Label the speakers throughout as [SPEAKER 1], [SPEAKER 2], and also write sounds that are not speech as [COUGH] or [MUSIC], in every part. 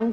[SPEAKER 1] I'm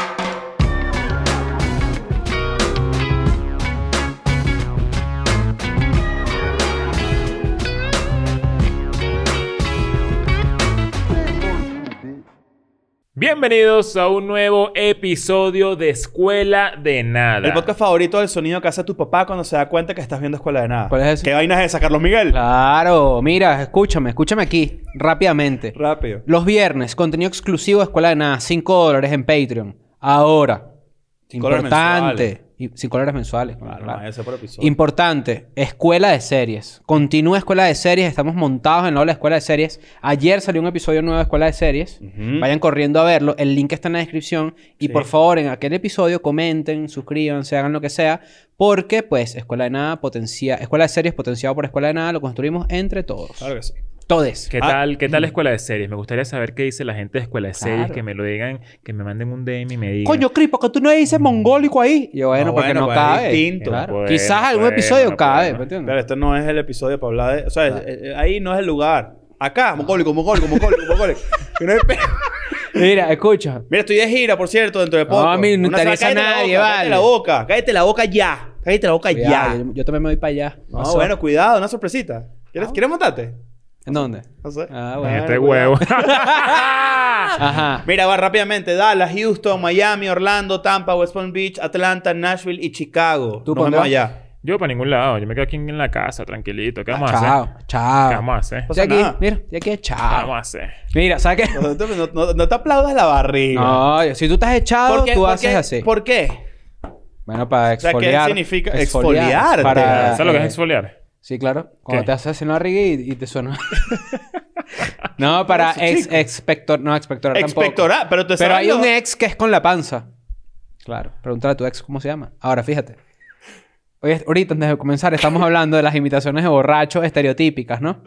[SPEAKER 2] Bienvenidos a un nuevo episodio de Escuela de Nada.
[SPEAKER 3] El podcast favorito del sonido que hace tu papá cuando se da cuenta que estás viendo Escuela de Nada.
[SPEAKER 4] ¿Cuál es ese?
[SPEAKER 3] ¿Qué vainas es esa, Carlos Miguel?
[SPEAKER 4] Claro, mira, escúchame, escúchame aquí, rápidamente.
[SPEAKER 3] Rápido.
[SPEAKER 4] Los viernes, contenido exclusivo de Escuela de Nada, 5 dólares en Patreon. Ahora.
[SPEAKER 3] colores
[SPEAKER 4] Importante. Y- Sin colores mensuales.
[SPEAKER 3] Claro,
[SPEAKER 4] claro.
[SPEAKER 3] no, ese por episodio.
[SPEAKER 4] Importante, Escuela de Series. Continúa Escuela de Series, estamos montados en la ola de Escuela de Series. Ayer salió un episodio nuevo de Escuela de Series.
[SPEAKER 3] Ujú.
[SPEAKER 4] Vayan corriendo a verlo, el link está en la descripción. Y
[SPEAKER 3] Sí.
[SPEAKER 4] por favor, en aquel episodio comenten, suscríbanse, hagan lo que sea. Porque, pues, Escuela de Nada potencia... Escuela de Series potenciado por Escuela de Nada, lo construimos entre todos.
[SPEAKER 3] Claro que sí.
[SPEAKER 4] Todes.
[SPEAKER 2] ¿Qué
[SPEAKER 3] Ah.
[SPEAKER 2] tal, qué tal Escuela de Series? Me gustaría saber qué dice la gente de Escuela de Series,
[SPEAKER 4] Claro.
[SPEAKER 2] que me lo digan, que me manden un DM y me digan.
[SPEAKER 4] Coño, Cris, porque tú no dices mongólico ahí? Y Yo, bueno,
[SPEAKER 3] No,
[SPEAKER 4] porque
[SPEAKER 3] bueno,
[SPEAKER 4] no
[SPEAKER 3] pues,
[SPEAKER 4] cabe.
[SPEAKER 3] distinto. pues,
[SPEAKER 4] Claro.
[SPEAKER 2] Bueno,
[SPEAKER 4] Quizás algún
[SPEAKER 2] bueno,
[SPEAKER 4] episodio
[SPEAKER 2] no
[SPEAKER 4] cabe,
[SPEAKER 2] podemos.
[SPEAKER 4] ¿me entiendes?
[SPEAKER 3] Pero este no es el episodio para hablar de... O sea, eh, eh, ahí no es el lugar.
[SPEAKER 4] Ah.
[SPEAKER 3] Acá, mongólico, mongólico, mongólico,
[SPEAKER 4] [LAUGHS]
[SPEAKER 3] mongólico. Que no hay pe-
[SPEAKER 4] Mira, escucha.
[SPEAKER 3] Mira, estoy de gira, por cierto, dentro de poco.
[SPEAKER 4] No, a mí no
[SPEAKER 3] Una semana-
[SPEAKER 4] interesa a
[SPEAKER 3] cállate la
[SPEAKER 4] nadie,
[SPEAKER 3] boca,
[SPEAKER 4] vale.
[SPEAKER 3] Cállate la boca. Cállate la boca ya. Cállate la boca
[SPEAKER 4] Cuidado,
[SPEAKER 3] ya.
[SPEAKER 4] Yo, yo también me voy para allá.
[SPEAKER 3] No,
[SPEAKER 4] Pasó.
[SPEAKER 3] bueno, cuidado. Una sorpresita. ¿Quieres,
[SPEAKER 4] Ah.
[SPEAKER 3] ¿quieres montarte?
[SPEAKER 4] ¿En dónde?
[SPEAKER 3] No sé.
[SPEAKER 4] Ah,
[SPEAKER 2] Coño,
[SPEAKER 4] bueno.
[SPEAKER 2] Este
[SPEAKER 3] Bueno,
[SPEAKER 4] [LAUGHS]
[SPEAKER 2] huevo. [LAUGHS]
[SPEAKER 3] Ah.
[SPEAKER 4] Ajá.
[SPEAKER 3] Mira, va rápidamente. Dallas, Houston, Miami, Orlando, Tampa, West Palm Beach, Atlanta, Nashville y Chicago.
[SPEAKER 4] ¿Tú
[SPEAKER 3] Nos vemos
[SPEAKER 4] pa' dónde vas?
[SPEAKER 3] allá.
[SPEAKER 2] Yo para ningún lado. Yo me quedo aquí en la casa, tranquilito. ¿Qué vamos a hacer?
[SPEAKER 4] Ah, Chao, Pues, ah.
[SPEAKER 2] ¿Qué
[SPEAKER 4] chao.
[SPEAKER 2] vamos a hacer?
[SPEAKER 3] No
[SPEAKER 4] Estoy
[SPEAKER 3] pasa nada.
[SPEAKER 4] aquí, mira, estoy aquí,
[SPEAKER 2] ¿Qué
[SPEAKER 4] chao.
[SPEAKER 2] vamos a hacer?
[SPEAKER 4] Mira, ¿sabes qué?
[SPEAKER 3] No, te- no- no- no te aplaudas la barriga.
[SPEAKER 4] No, yo- si tú estás echado,
[SPEAKER 3] ¿Por qué-
[SPEAKER 4] tú
[SPEAKER 3] por
[SPEAKER 4] haces
[SPEAKER 3] qué-
[SPEAKER 4] así.
[SPEAKER 3] ¿Por qué?
[SPEAKER 4] Bueno, para
[SPEAKER 3] sea, ¿qué
[SPEAKER 4] exfoliar.
[SPEAKER 3] significa exfoliarte?
[SPEAKER 4] Para,
[SPEAKER 2] ¿Sabes lo que es
[SPEAKER 4] eh,
[SPEAKER 2] exfoliar?
[SPEAKER 4] Sí, claro. Cuando
[SPEAKER 2] ¿Qué?
[SPEAKER 4] te haces en la barriga y, y
[SPEAKER 3] [LAUGHS]
[SPEAKER 4] te suena. no, para
[SPEAKER 3] Eso,
[SPEAKER 4] ex,
[SPEAKER 3] chico.
[SPEAKER 4] expector... No, expectorar tampoco.
[SPEAKER 3] Expectorá, pero te
[SPEAKER 4] Pero
[SPEAKER 3] sabes
[SPEAKER 4] hay
[SPEAKER 3] lo-
[SPEAKER 4] un ex que es con la panza. Claro. Pregúntale a tu ex cómo se llama. Ahora, fíjate. Hoy es- ahorita, antes de comenzar, estamos hablando de las imitaciones de borracho estereotípicas, ¿no?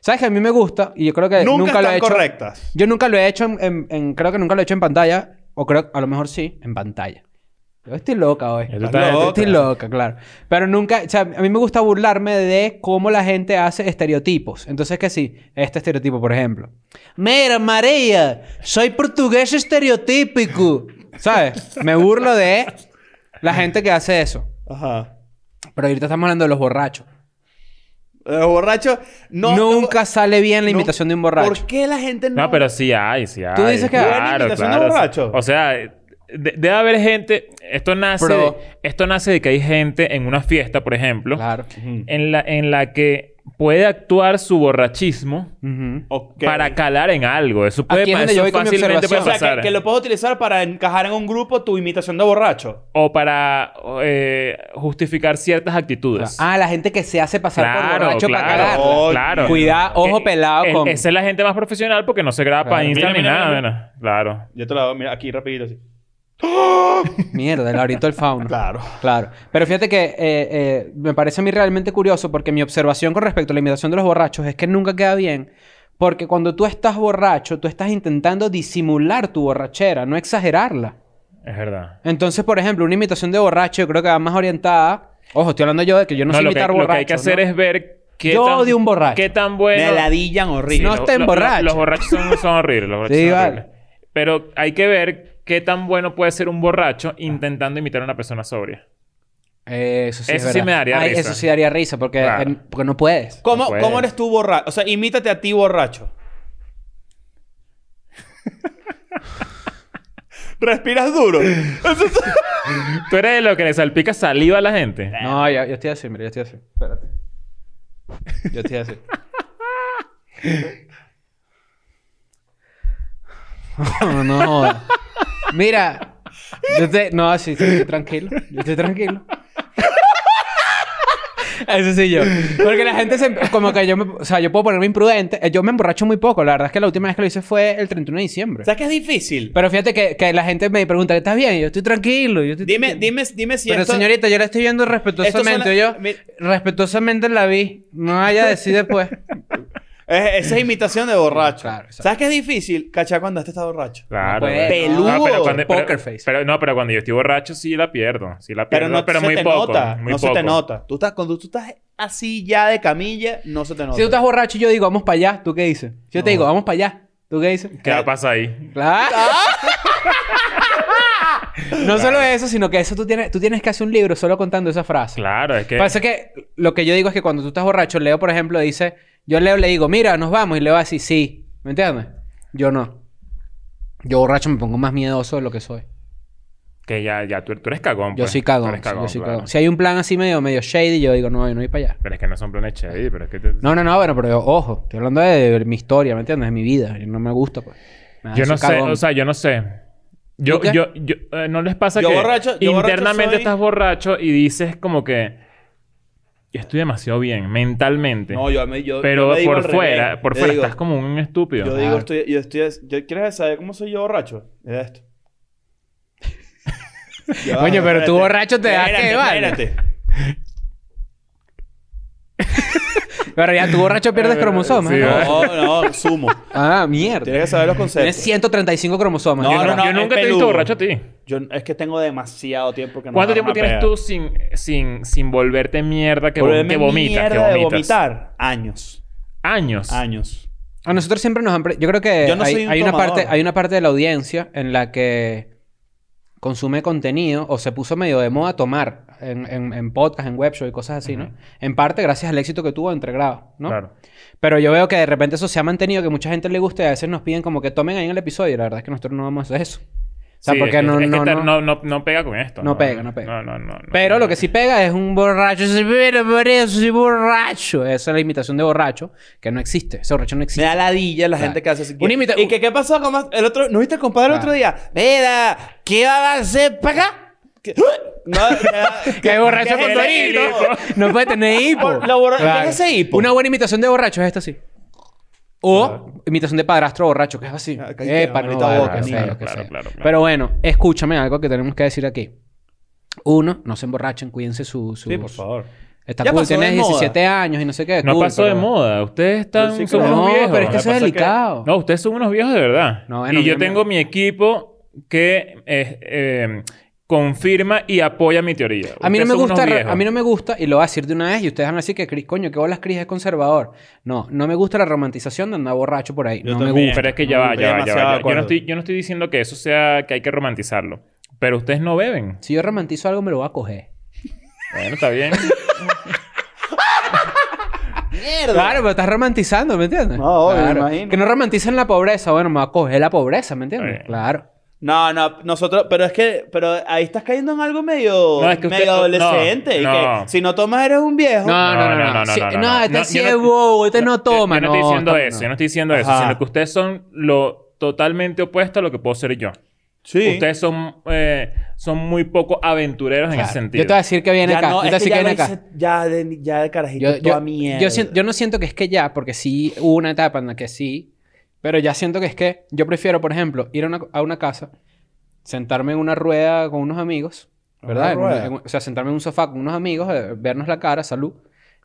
[SPEAKER 4] ¿Sabes que a mí me gusta? Y yo creo que
[SPEAKER 3] Nunca,
[SPEAKER 4] nunca, lo
[SPEAKER 3] están
[SPEAKER 4] he hecho...
[SPEAKER 3] correctas.
[SPEAKER 4] Yo nunca lo he hecho en, en- en- Creo que nunca lo he hecho en pantalla. O creo... A lo mejor sí, en pantalla. Yo estoy loca hoy.
[SPEAKER 2] Ya tú
[SPEAKER 4] Yo
[SPEAKER 2] estás-
[SPEAKER 4] Estoy loca, claro. Pero nunca... O sea, a mí me gusta burlarme de cómo la gente hace estereotipos. Entonces, que sí. Este estereotipo, por ejemplo. Mira, María. Soy portugués estereotípico. ¿Sabes? Me burlo de la gente que hace eso.
[SPEAKER 3] Ajá.
[SPEAKER 4] Pero ahorita estamos hablando de los borrachos.
[SPEAKER 3] Los borrachos Eh, no...
[SPEAKER 4] nunca sale bien la
[SPEAKER 3] no-
[SPEAKER 4] imitación de un borracho.
[SPEAKER 3] ¿Por qué la gente no...?
[SPEAKER 2] No, pero sí hay, sí hay.
[SPEAKER 4] ¿Tú dices que-
[SPEAKER 2] claro,
[SPEAKER 3] ¿Buena imitación de
[SPEAKER 2] claro.
[SPEAKER 3] borracho?
[SPEAKER 2] O sea, de- debe haber gente... Esto nace,
[SPEAKER 4] Bro.
[SPEAKER 2] de, esto nace de que hay gente en una fiesta, por ejemplo,
[SPEAKER 4] Claro.
[SPEAKER 2] en, la, en la que puede actuar su borrachismo...
[SPEAKER 4] Ujú.
[SPEAKER 3] Ok.
[SPEAKER 2] para calar en algo. Eso puede
[SPEAKER 4] Aquí es
[SPEAKER 2] pa-
[SPEAKER 4] donde
[SPEAKER 2] eso
[SPEAKER 4] yo voy con mi
[SPEAKER 2] fácilmente puede
[SPEAKER 4] observación.
[SPEAKER 3] O sea,
[SPEAKER 2] pasar.
[SPEAKER 3] que, que lo puedes utilizar para encajar en un grupo tu imitación de borracho.
[SPEAKER 2] O para eh, justificar ciertas
[SPEAKER 4] Claro.
[SPEAKER 2] actitudes.
[SPEAKER 4] Ah, la gente que se hace pasar por borracho para cagar.
[SPEAKER 3] cagarla.
[SPEAKER 2] Pues, claro.
[SPEAKER 4] Cuidado, ojo
[SPEAKER 2] Que-
[SPEAKER 4] pelado
[SPEAKER 2] es-
[SPEAKER 4] con...
[SPEAKER 2] Esa es la gente más profesional porque no se graba para
[SPEAKER 4] Claro.
[SPEAKER 2] Instagram
[SPEAKER 3] Mira,
[SPEAKER 2] ni
[SPEAKER 3] mira,
[SPEAKER 2] nada.
[SPEAKER 3] mira.
[SPEAKER 2] bueno. Claro.
[SPEAKER 3] Yo te lo hago, mira, aquí rapidito así.
[SPEAKER 4] Mierda, el laurito del fauno.
[SPEAKER 3] Claro.
[SPEAKER 4] Claro. Pero fíjate que eh, eh, me parece a mí realmente curioso porque mi observación con respecto a la imitación de los borrachos es que nunca queda bien. Porque cuando tú estás borracho, tú estás intentando disimular tu borrachera, no exagerarla.
[SPEAKER 2] Es verdad.
[SPEAKER 4] Entonces, por ejemplo, una imitación de borracho yo creo que va más orientada... Ojo, estoy hablando yo de que yo no, sé
[SPEAKER 2] lo, que,
[SPEAKER 4] imitar
[SPEAKER 2] lo que hay que
[SPEAKER 4] borrachos,
[SPEAKER 2] hacer
[SPEAKER 4] ¿no?
[SPEAKER 2] es ver qué
[SPEAKER 4] Yo
[SPEAKER 2] tan,
[SPEAKER 4] odio un borracho.
[SPEAKER 2] Qué tan bueno...
[SPEAKER 3] Me ladillan
[SPEAKER 2] Sí,
[SPEAKER 3] horrible.
[SPEAKER 4] No estén
[SPEAKER 2] los-
[SPEAKER 4] borrachos.
[SPEAKER 2] Los borrachos son, son horribles.
[SPEAKER 4] [LAUGHS]
[SPEAKER 2] Los borrachos
[SPEAKER 4] Sí,
[SPEAKER 2] son
[SPEAKER 4] vale.
[SPEAKER 2] horribles. Pero hay que ver qué tan bueno puede ser un borracho intentando imitar a una persona sobria.
[SPEAKER 4] Eso sí es
[SPEAKER 2] Eso sí
[SPEAKER 4] verdad.
[SPEAKER 2] me daría risa.
[SPEAKER 4] Eso sí daría risa porque,
[SPEAKER 2] Claro.
[SPEAKER 4] eh, porque no puedes.
[SPEAKER 3] ¿Cómo,
[SPEAKER 2] No puede.
[SPEAKER 3] ¿Cómo eres tú borracho? O sea, imítate a
[SPEAKER 2] [LAUGHS]
[SPEAKER 3] ti borracho. Respiras duro.
[SPEAKER 2] ¿Tú eres de lo que le salpica saliva a la gente?
[SPEAKER 4] No, yo, yo estoy así, mira, yo estoy así. Espérate. Yo estoy así. no, no jodas. Mira, yo estoy... No, sí, sí, estoy tranquilo. Yo estoy tranquilo. Eso sí yo. Porque la gente se... Como que yo me... O sea, yo puedo ponerme imprudente. Eh, Yo me emborracho muy poco. La verdad es que la última vez que lo hice fue el 31 de diciembre.
[SPEAKER 3] ¿Sabes que es difícil?
[SPEAKER 4] Pero fíjate que, que la gente me pregunta, ¿estás bien? Y yo estoy tranquilo. Yo estoy
[SPEAKER 3] Dime,
[SPEAKER 4] tranquilo".
[SPEAKER 3] dime, dime si
[SPEAKER 4] Pero
[SPEAKER 3] esto...
[SPEAKER 4] señorita, yo la estoy viendo respetuosamente,
[SPEAKER 3] Esto suena-
[SPEAKER 4] yo
[SPEAKER 3] mi-
[SPEAKER 4] respetuosamente la vi. No vaya a
[SPEAKER 3] [LAUGHS]
[SPEAKER 4] decir después.
[SPEAKER 3] Eh, esa es imitación de borracho.
[SPEAKER 4] Claro, exacto.
[SPEAKER 3] ¿Sabes qué es difícil? Cachar cuando este está borracho.
[SPEAKER 2] Claro.
[SPEAKER 4] No puede.
[SPEAKER 3] Peludo.
[SPEAKER 2] pero cuando, pero-
[SPEAKER 4] Poker face.
[SPEAKER 2] Pero, no, pero cuando yo estoy borracho sí la pierdo. Sí la pierdo.
[SPEAKER 3] Pero
[SPEAKER 2] Pero,
[SPEAKER 3] no se
[SPEAKER 2] muy
[SPEAKER 3] te
[SPEAKER 2] poco.
[SPEAKER 3] nota.
[SPEAKER 2] muy
[SPEAKER 3] no se
[SPEAKER 2] poco.
[SPEAKER 3] te nota. Tú estás, cuando tú estás así ya de camilla, no se te nota.
[SPEAKER 4] Si tú estás borracho y yo digo, vamos para allá, ¿tú qué dices? Si yo te
[SPEAKER 3] No.
[SPEAKER 4] digo, vamos para allá, ¿Tú qué dices?
[SPEAKER 2] ¿Qué va a pasar ahí?
[SPEAKER 4] Claro.
[SPEAKER 3] [LAUGHS] Ah.
[SPEAKER 4] no solo eso, sino que eso tú tienes, tú tienes que hacer un libro solo contando esa frase.
[SPEAKER 2] Claro, es que...
[SPEAKER 4] Pasa que lo que yo digo es que cuando tú estás borracho, Leo, por ejemplo, dice, yo a Leo le digo, mira, nos vamos, y Leo así, sí, ¿me entiendes? Yo no. Yo borracho me pongo más miedoso de lo que soy.
[SPEAKER 2] Que ya, ya tú, tú eres cagón.
[SPEAKER 4] Yo
[SPEAKER 2] pues.
[SPEAKER 4] soy
[SPEAKER 2] Tú
[SPEAKER 4] cagón.
[SPEAKER 2] eres
[SPEAKER 4] sí, yo soy
[SPEAKER 2] claro.
[SPEAKER 4] cagón. Si hay un plan así medio, medio shady, yo digo, no, yo no voy para allá.
[SPEAKER 2] Pero es que no son planes chéveres, pero es que... te-
[SPEAKER 4] No, no, no, bueno, pero ojo, estoy hablando de, de mi historia, ¿me entiendes? De mi vida, y no me gusta, pues. Me
[SPEAKER 2] Yo
[SPEAKER 4] hace
[SPEAKER 2] no sé,
[SPEAKER 4] cagón.
[SPEAKER 2] o sea, yo no sé. Yo,
[SPEAKER 4] ¿Tú qué?
[SPEAKER 2] yo, yo, eh, ¿no les pasa
[SPEAKER 3] Yo
[SPEAKER 2] que
[SPEAKER 3] borracho- yo borracho
[SPEAKER 2] internamente
[SPEAKER 3] soy-
[SPEAKER 2] estás borracho y dices como que yo estoy demasiado bien mentalmente,
[SPEAKER 3] No, yo, me- yo yo
[SPEAKER 2] pero
[SPEAKER 3] me digo
[SPEAKER 2] por
[SPEAKER 3] al
[SPEAKER 2] fuera,
[SPEAKER 3] revés.
[SPEAKER 2] por
[SPEAKER 3] Yo
[SPEAKER 2] fuera
[SPEAKER 3] digo-
[SPEAKER 2] estás como un estúpido.
[SPEAKER 3] Yo digo, estoy, yo estoy, yo, ¿quieres saber cómo soy yo borracho? Mira esto. Ya va,
[SPEAKER 4] Coño, pero tú borracho te das
[SPEAKER 3] Espérate,
[SPEAKER 4] que vale.
[SPEAKER 3] espérate.
[SPEAKER 4] Pero ya tú borracho pierdes
[SPEAKER 2] Eh,
[SPEAKER 4] cromosomas.
[SPEAKER 2] sí,
[SPEAKER 4] ¿no?
[SPEAKER 2] ¿verdad?
[SPEAKER 3] No, no, sumo.
[SPEAKER 4] Ah, mierda.
[SPEAKER 3] Tienes que saber los
[SPEAKER 4] Tienes
[SPEAKER 3] conceptos.
[SPEAKER 4] 135 cromosomas.
[SPEAKER 3] No,
[SPEAKER 4] Yo
[SPEAKER 3] no, no.
[SPEAKER 2] yo nunca te
[SPEAKER 3] es
[SPEAKER 2] he visto
[SPEAKER 3] peludo.
[SPEAKER 2] borracho a ti.
[SPEAKER 3] Yo, es que tengo demasiado tiempo que no
[SPEAKER 2] ¿Cuánto
[SPEAKER 3] me
[SPEAKER 2] tiempo
[SPEAKER 3] agarro una
[SPEAKER 2] tienes
[SPEAKER 3] peda.
[SPEAKER 2] tú sin, sin, sin volverte mierda que, vo-
[SPEAKER 3] Volverme
[SPEAKER 2] que vomitas? Que
[SPEAKER 3] mierda de
[SPEAKER 2] vomitas?
[SPEAKER 3] vomitar. Años.
[SPEAKER 2] Años.
[SPEAKER 3] Años.
[SPEAKER 4] A nosotros siempre nos han... pre- Yo creo que
[SPEAKER 3] Yo no
[SPEAKER 4] hay,
[SPEAKER 3] soy un
[SPEAKER 4] hay una
[SPEAKER 3] tomador.
[SPEAKER 4] parte, hay una parte de la audiencia en la que consume contenido o se puso medio de moda tomar en, en, en podcast, en web show y cosas así, ¿no? En parte gracias al éxito que tuvo entre grado, ¿no?
[SPEAKER 2] Claro.
[SPEAKER 4] Pero yo veo que de repente eso se ha mantenido, que mucha gente le gusta y a veces nos piden como que tomen ahí en el episodio. Y la verdad es que nosotros no vamos a hacer eso. O sea,
[SPEAKER 2] Sí,
[SPEAKER 4] porque
[SPEAKER 2] es que- es
[SPEAKER 4] no,
[SPEAKER 2] que
[SPEAKER 4] no,
[SPEAKER 2] te-
[SPEAKER 4] no.
[SPEAKER 2] no, no- no pega con esto.
[SPEAKER 4] No pega, no
[SPEAKER 2] No,
[SPEAKER 4] pega.
[SPEAKER 2] no, no, no.
[SPEAKER 4] Pero lo que sí pega es un borracho. sí, Pero por eso soy borracho. Esa es la imitación de borracho, que no existe. Ese borracho no
[SPEAKER 3] Me
[SPEAKER 4] existe.
[SPEAKER 3] da ladilla
[SPEAKER 4] Ah.
[SPEAKER 3] la gente que hace así.
[SPEAKER 4] Un imita-
[SPEAKER 3] ¿Y que, qué pasó con más? El otro, ¿No viste al compadre el
[SPEAKER 4] Claro.
[SPEAKER 3] otro día? Mira, ¿qué va a hacer para acá? ¿Qué-
[SPEAKER 4] [LAUGHS]
[SPEAKER 3] No, ya-
[SPEAKER 4] Que hay borracho
[SPEAKER 3] ¿Qué
[SPEAKER 4] con
[SPEAKER 3] es el
[SPEAKER 4] torito.
[SPEAKER 3] hipo?
[SPEAKER 4] No
[SPEAKER 3] [LAUGHS]
[SPEAKER 4] puede tener hipo.
[SPEAKER 3] Ah, la borra- ¿qué es ese hipo?
[SPEAKER 4] Una buena imitación de borracho es esta sí. O
[SPEAKER 2] Ah.
[SPEAKER 4] imitación de padrastro borracho, que es así.
[SPEAKER 3] Ah, cállate,
[SPEAKER 4] Epa, no,
[SPEAKER 3] manita
[SPEAKER 4] vale,
[SPEAKER 3] boca,
[SPEAKER 4] qué
[SPEAKER 3] niño.
[SPEAKER 4] feo, qué
[SPEAKER 2] Claro,
[SPEAKER 4] feo.
[SPEAKER 2] claro, claro.
[SPEAKER 4] Pero bueno, escúchame algo que tenemos que decir aquí. Uno, no se emborrachen, cuídense su... su-
[SPEAKER 3] Sí, por favor.
[SPEAKER 4] Está
[SPEAKER 3] Ya
[SPEAKER 4] cool,
[SPEAKER 3] pasó de
[SPEAKER 4] tienes
[SPEAKER 3] moda.
[SPEAKER 4] 17 años y no sé qué.
[SPEAKER 2] No
[SPEAKER 4] cool,
[SPEAKER 2] pasó de
[SPEAKER 4] pero-
[SPEAKER 2] moda. Ustedes están,
[SPEAKER 3] Sí,
[SPEAKER 2] son
[SPEAKER 3] claro.
[SPEAKER 2] unos
[SPEAKER 4] No,
[SPEAKER 2] viejos.
[SPEAKER 4] pero es que
[SPEAKER 3] Lo que
[SPEAKER 4] eso es
[SPEAKER 3] pasa es que-
[SPEAKER 4] delicado.
[SPEAKER 2] No, ustedes son unos viejos de verdad.
[SPEAKER 4] Oh. No, bueno,
[SPEAKER 2] y yo
[SPEAKER 4] mira,
[SPEAKER 2] tengo
[SPEAKER 4] mira.
[SPEAKER 2] mi equipo que eh, eh, confirma y apoya mi teoría.
[SPEAKER 4] A mí, no
[SPEAKER 2] Ustedes
[SPEAKER 4] me
[SPEAKER 2] son unos
[SPEAKER 4] gusta,
[SPEAKER 2] viejos.
[SPEAKER 4] a mí no me gusta, y lo voy a decir de una vez, y ustedes van a decir que, Chris, coño, que bolas Chris es conservador. No, no me gusta la romantización de andar borracho por ahí.
[SPEAKER 3] Yo
[SPEAKER 4] no me
[SPEAKER 3] también.
[SPEAKER 4] gusta.
[SPEAKER 2] Pero es que ya
[SPEAKER 3] No,
[SPEAKER 2] va, ya va, ya
[SPEAKER 3] demasiado
[SPEAKER 2] va.
[SPEAKER 3] de
[SPEAKER 2] Yo- Yo, no
[SPEAKER 3] acuerdo.
[SPEAKER 2] estoy, yo no estoy diciendo que eso sea que hay que romantizarlo. Pero ustedes no beben.
[SPEAKER 4] Si yo romantizo algo, me lo voy a coger.
[SPEAKER 2] Bueno, está bien.
[SPEAKER 3] Mierda.
[SPEAKER 4] Claro, pero estás romantizando, ¿me entiendes?
[SPEAKER 3] No, obvio, me
[SPEAKER 4] Claro.
[SPEAKER 3] imagino.
[SPEAKER 4] Que no romanticen la pobreza. Bueno, me voy a coger la pobreza, ¿me entiendes?
[SPEAKER 2] Bien.
[SPEAKER 4] Claro.
[SPEAKER 3] No, no, nosotros, pero es que, pero ahí estás cayendo en algo medio,
[SPEAKER 2] No, es que usted-
[SPEAKER 3] medio
[SPEAKER 2] no,
[SPEAKER 3] adolescente. y
[SPEAKER 2] no.
[SPEAKER 3] que si no tomas eres un viejo.
[SPEAKER 4] [LAUGHS] No, no, no, no. No, Sí, no, este
[SPEAKER 2] No,
[SPEAKER 4] sí
[SPEAKER 2] yo
[SPEAKER 4] es
[SPEAKER 2] no-
[SPEAKER 4] bobo, este no toma.
[SPEAKER 2] Yo no estoy diciendo
[SPEAKER 4] está-
[SPEAKER 2] eso.
[SPEAKER 4] no.
[SPEAKER 2] Yo no estoy diciendo eso.
[SPEAKER 3] Ajá.
[SPEAKER 2] Sino que ustedes son lo totalmente opuesto a lo que puedo ser yo.
[SPEAKER 3] Sí.
[SPEAKER 2] Ustedes son, eh, son muy poco aventureros en
[SPEAKER 4] Claro.
[SPEAKER 2] ese sentido.
[SPEAKER 4] Yo te voy a decir que viene
[SPEAKER 3] ya
[SPEAKER 4] acá.
[SPEAKER 3] no,
[SPEAKER 4] yo te voy a
[SPEAKER 3] es que ya,
[SPEAKER 4] decir que
[SPEAKER 3] lo
[SPEAKER 4] viene acá.
[SPEAKER 3] hice- ya de, ya de carajito
[SPEAKER 4] Yo,
[SPEAKER 3] toda
[SPEAKER 4] yo,
[SPEAKER 3] mierda.
[SPEAKER 4] yo sien- yo no siento que es que ya, porque sí hubo una etapa en la que sí, pero ya siento que es que yo prefiero, por ejemplo, ir a una, a una casa, sentarme en una rueda con unos amigos,
[SPEAKER 3] ¿A
[SPEAKER 4] ¿verdad?
[SPEAKER 3] una
[SPEAKER 4] En una-
[SPEAKER 3] rueda?
[SPEAKER 4] en un- o sea, sentarme en un sofá con unos amigos, eh, vernos la cara, salud,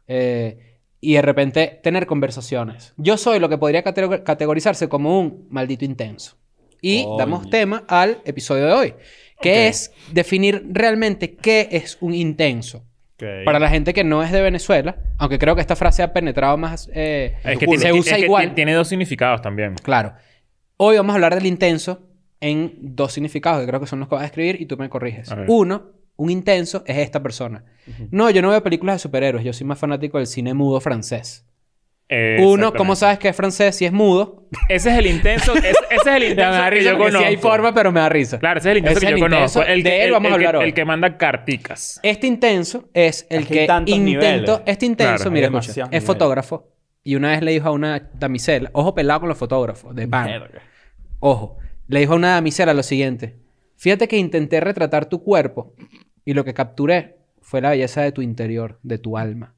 [SPEAKER 4] eh, y de repente tener conversaciones. Yo soy lo que podría catego- categorizarse como un maldito intenso. Y
[SPEAKER 3] Coño.
[SPEAKER 4] damos tema al episodio de hoy, que
[SPEAKER 2] Ok.
[SPEAKER 4] es definir realmente qué es un intenso.
[SPEAKER 3] Ok.
[SPEAKER 4] Para la gente que no es de Venezuela, aunque creo que esta frase ha penetrado más. eh,
[SPEAKER 2] Es que
[SPEAKER 4] se
[SPEAKER 2] tiene,
[SPEAKER 4] usa
[SPEAKER 2] es que
[SPEAKER 4] igual.
[SPEAKER 2] ti- tiene dos significados también.
[SPEAKER 4] Claro. Hoy vamos a hablar del intenso en dos significados, que creo que son los que vas a escribir y tú me corriges.
[SPEAKER 2] A ver.
[SPEAKER 4] Uno, un intenso es esta persona. No, yo no veo películas de superhéroes, yo soy más fanático del cine mudo francés.
[SPEAKER 2] Eh,
[SPEAKER 4] Uno,
[SPEAKER 2] exactamente.
[SPEAKER 4] ¿cómo sabes que es francés si es mudo?
[SPEAKER 2] Ese es el intenso. es- ese es el
[SPEAKER 4] Ya me
[SPEAKER 2] intenso
[SPEAKER 4] da [LAUGHS]
[SPEAKER 2] que
[SPEAKER 4] risa
[SPEAKER 2] yo
[SPEAKER 4] porque sí
[SPEAKER 2] conozco.
[SPEAKER 4] hay forma, pero me da risa.
[SPEAKER 2] Claro, ese es el intenso
[SPEAKER 4] Ese
[SPEAKER 2] que
[SPEAKER 4] es
[SPEAKER 2] yo
[SPEAKER 4] el intenso,
[SPEAKER 2] conozco. El que,
[SPEAKER 4] de él
[SPEAKER 2] el-
[SPEAKER 4] vamos a
[SPEAKER 2] el que-
[SPEAKER 4] hablar hoy.
[SPEAKER 2] El que manda carticas.
[SPEAKER 4] Este intenso es el
[SPEAKER 3] Es que hay
[SPEAKER 4] que,
[SPEAKER 3] tantos
[SPEAKER 4] intentó.
[SPEAKER 3] niveles.
[SPEAKER 4] Este intenso,
[SPEAKER 2] Claro,
[SPEAKER 4] mira,
[SPEAKER 3] hay
[SPEAKER 4] escucha,
[SPEAKER 3] demasiados
[SPEAKER 4] es
[SPEAKER 3] niveles.
[SPEAKER 4] fotógrafo. Y una vez le dijo a una damisela, ojo pelado con los fotógrafos, de pan.
[SPEAKER 3] Verga.
[SPEAKER 4] Ojo, le dijo a una damisela lo siguiente: Fíjate que intenté retratar tu cuerpo y lo que capturé fue la belleza de tu interior, de tu alma.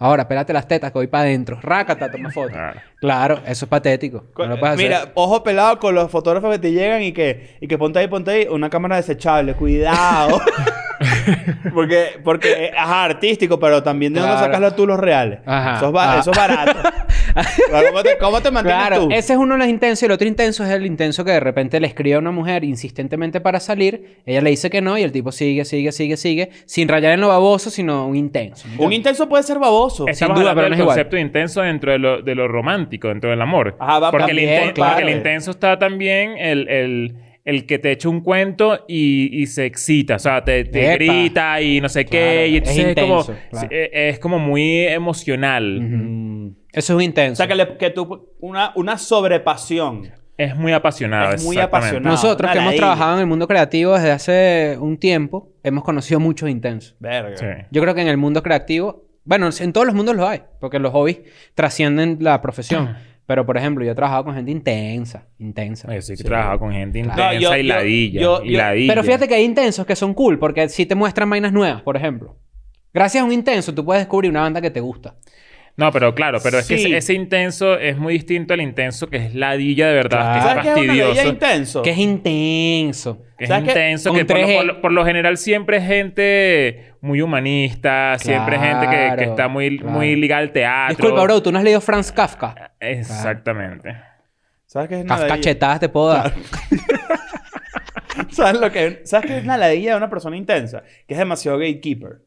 [SPEAKER 4] Ahora, pélate las tetas que voy para adentro. Rácata, toma foto.
[SPEAKER 2] Claro.
[SPEAKER 4] Claro, eso es patético. No lo puedes hacer.
[SPEAKER 3] Mira, ojo pelado con los fotógrafos que te llegan y que, y que ponte ahí, ponte ahí una cámara desechable,
[SPEAKER 4] [LAUGHS]
[SPEAKER 3] cuidado. [LAUGHS] porque, porque, ajá, artístico, pero también de dónde
[SPEAKER 4] Claro.
[SPEAKER 3] sacas los tú los reales.
[SPEAKER 4] Ajá.
[SPEAKER 3] Eso es, ba-
[SPEAKER 4] Ah. [LAUGHS]
[SPEAKER 3] eso es barato. ¿Cómo te, cómo te mantienes
[SPEAKER 4] Claro,
[SPEAKER 3] tú?
[SPEAKER 4] ese es uno de los intensos y el otro intenso es el intenso que de repente le escribe a una mujer insistentemente para salir, ella le dice que no y el tipo sigue, sigue, sigue, sigue, sin rayar en lo baboso, sino un intenso.
[SPEAKER 3] Un intenso puede ser baboso.
[SPEAKER 2] Estamos
[SPEAKER 4] duda,
[SPEAKER 2] hablando
[SPEAKER 4] pero no
[SPEAKER 2] del
[SPEAKER 4] es igual.
[SPEAKER 2] concepto intenso dentro de lo, de lo romántico, dentro del amor.
[SPEAKER 3] Ajá, va
[SPEAKER 2] porque,
[SPEAKER 3] también,
[SPEAKER 2] el inten-
[SPEAKER 3] claro.
[SPEAKER 2] porque el intenso está también el, el- el que te echa un cuento y, y se excita. O sea, te, te
[SPEAKER 4] Epa.
[SPEAKER 2] grita y no sé
[SPEAKER 4] Claro,
[SPEAKER 2] qué. Y
[SPEAKER 4] es
[SPEAKER 2] entonces es,
[SPEAKER 4] intenso,
[SPEAKER 2] como,
[SPEAKER 4] claro.
[SPEAKER 2] sí, eh, es como muy emocional.
[SPEAKER 3] Mm.
[SPEAKER 4] Eso es un
[SPEAKER 3] O
[SPEAKER 4] intenso.
[SPEAKER 3] sea, que, le- que tú... Una, una sobrepasión.
[SPEAKER 2] Es muy apasionado.
[SPEAKER 3] Es muy
[SPEAKER 2] exactamente.
[SPEAKER 3] apasionado.
[SPEAKER 4] Nosotros
[SPEAKER 3] una
[SPEAKER 4] que hemos
[SPEAKER 3] ladilla.
[SPEAKER 4] trabajado en el mundo creativo desde hace un tiempo, hemos conocido muchos intensos.
[SPEAKER 3] Verga.
[SPEAKER 2] Sí.
[SPEAKER 4] Yo creo que en el mundo creativo, bueno, en todos los mundos lo hay, porque los hobbies trascienden la profesión. Pero, por ejemplo, yo he trabajado con gente intensa, intensa.
[SPEAKER 2] Yo sí que he trabajado con gente intensa
[SPEAKER 3] No, yo-
[SPEAKER 2] y
[SPEAKER 3] yo-
[SPEAKER 2] ladilla.
[SPEAKER 3] yo-
[SPEAKER 2] y
[SPEAKER 3] yo-
[SPEAKER 2] ladilla.
[SPEAKER 4] Pero fíjate que hay intensos que son cool, porque sí te muestran vainas nuevas, por ejemplo. Gracias a un intenso, tú puedes descubrir una banda que te gusta.
[SPEAKER 2] No, pero claro, pero es que
[SPEAKER 3] Sí.
[SPEAKER 2] ese, ese intenso es muy distinto al intenso que es ladilla de verdad,
[SPEAKER 4] Claro.
[SPEAKER 2] que es
[SPEAKER 3] ¿Sabes qué es una
[SPEAKER 2] fastidioso.
[SPEAKER 3] ladilla intenso?
[SPEAKER 4] Que es intenso.
[SPEAKER 2] Que es
[SPEAKER 3] ¿Sabes qué?
[SPEAKER 2] intenso,
[SPEAKER 4] Con
[SPEAKER 2] que por lo,
[SPEAKER 4] 3G.
[SPEAKER 2] por lo- por lo general siempre es gente muy humanista, siempre es gente que- que,
[SPEAKER 4] Claro,
[SPEAKER 2] está muy,
[SPEAKER 4] claro.
[SPEAKER 2] muy ligada al teatro.
[SPEAKER 4] Disculpa, bro, ¿tú no has leído Franz Kafka?
[SPEAKER 2] Exactamente.
[SPEAKER 3] ¿Sabes qué es una
[SPEAKER 4] Kafka
[SPEAKER 3] ladilla?
[SPEAKER 4] chetadas te puedo dar.
[SPEAKER 3] [LAUGHS] ¿Sabes lo que ¿Sabes qué es una ladilla de una persona intensa? Que es demasiado gatekeeper.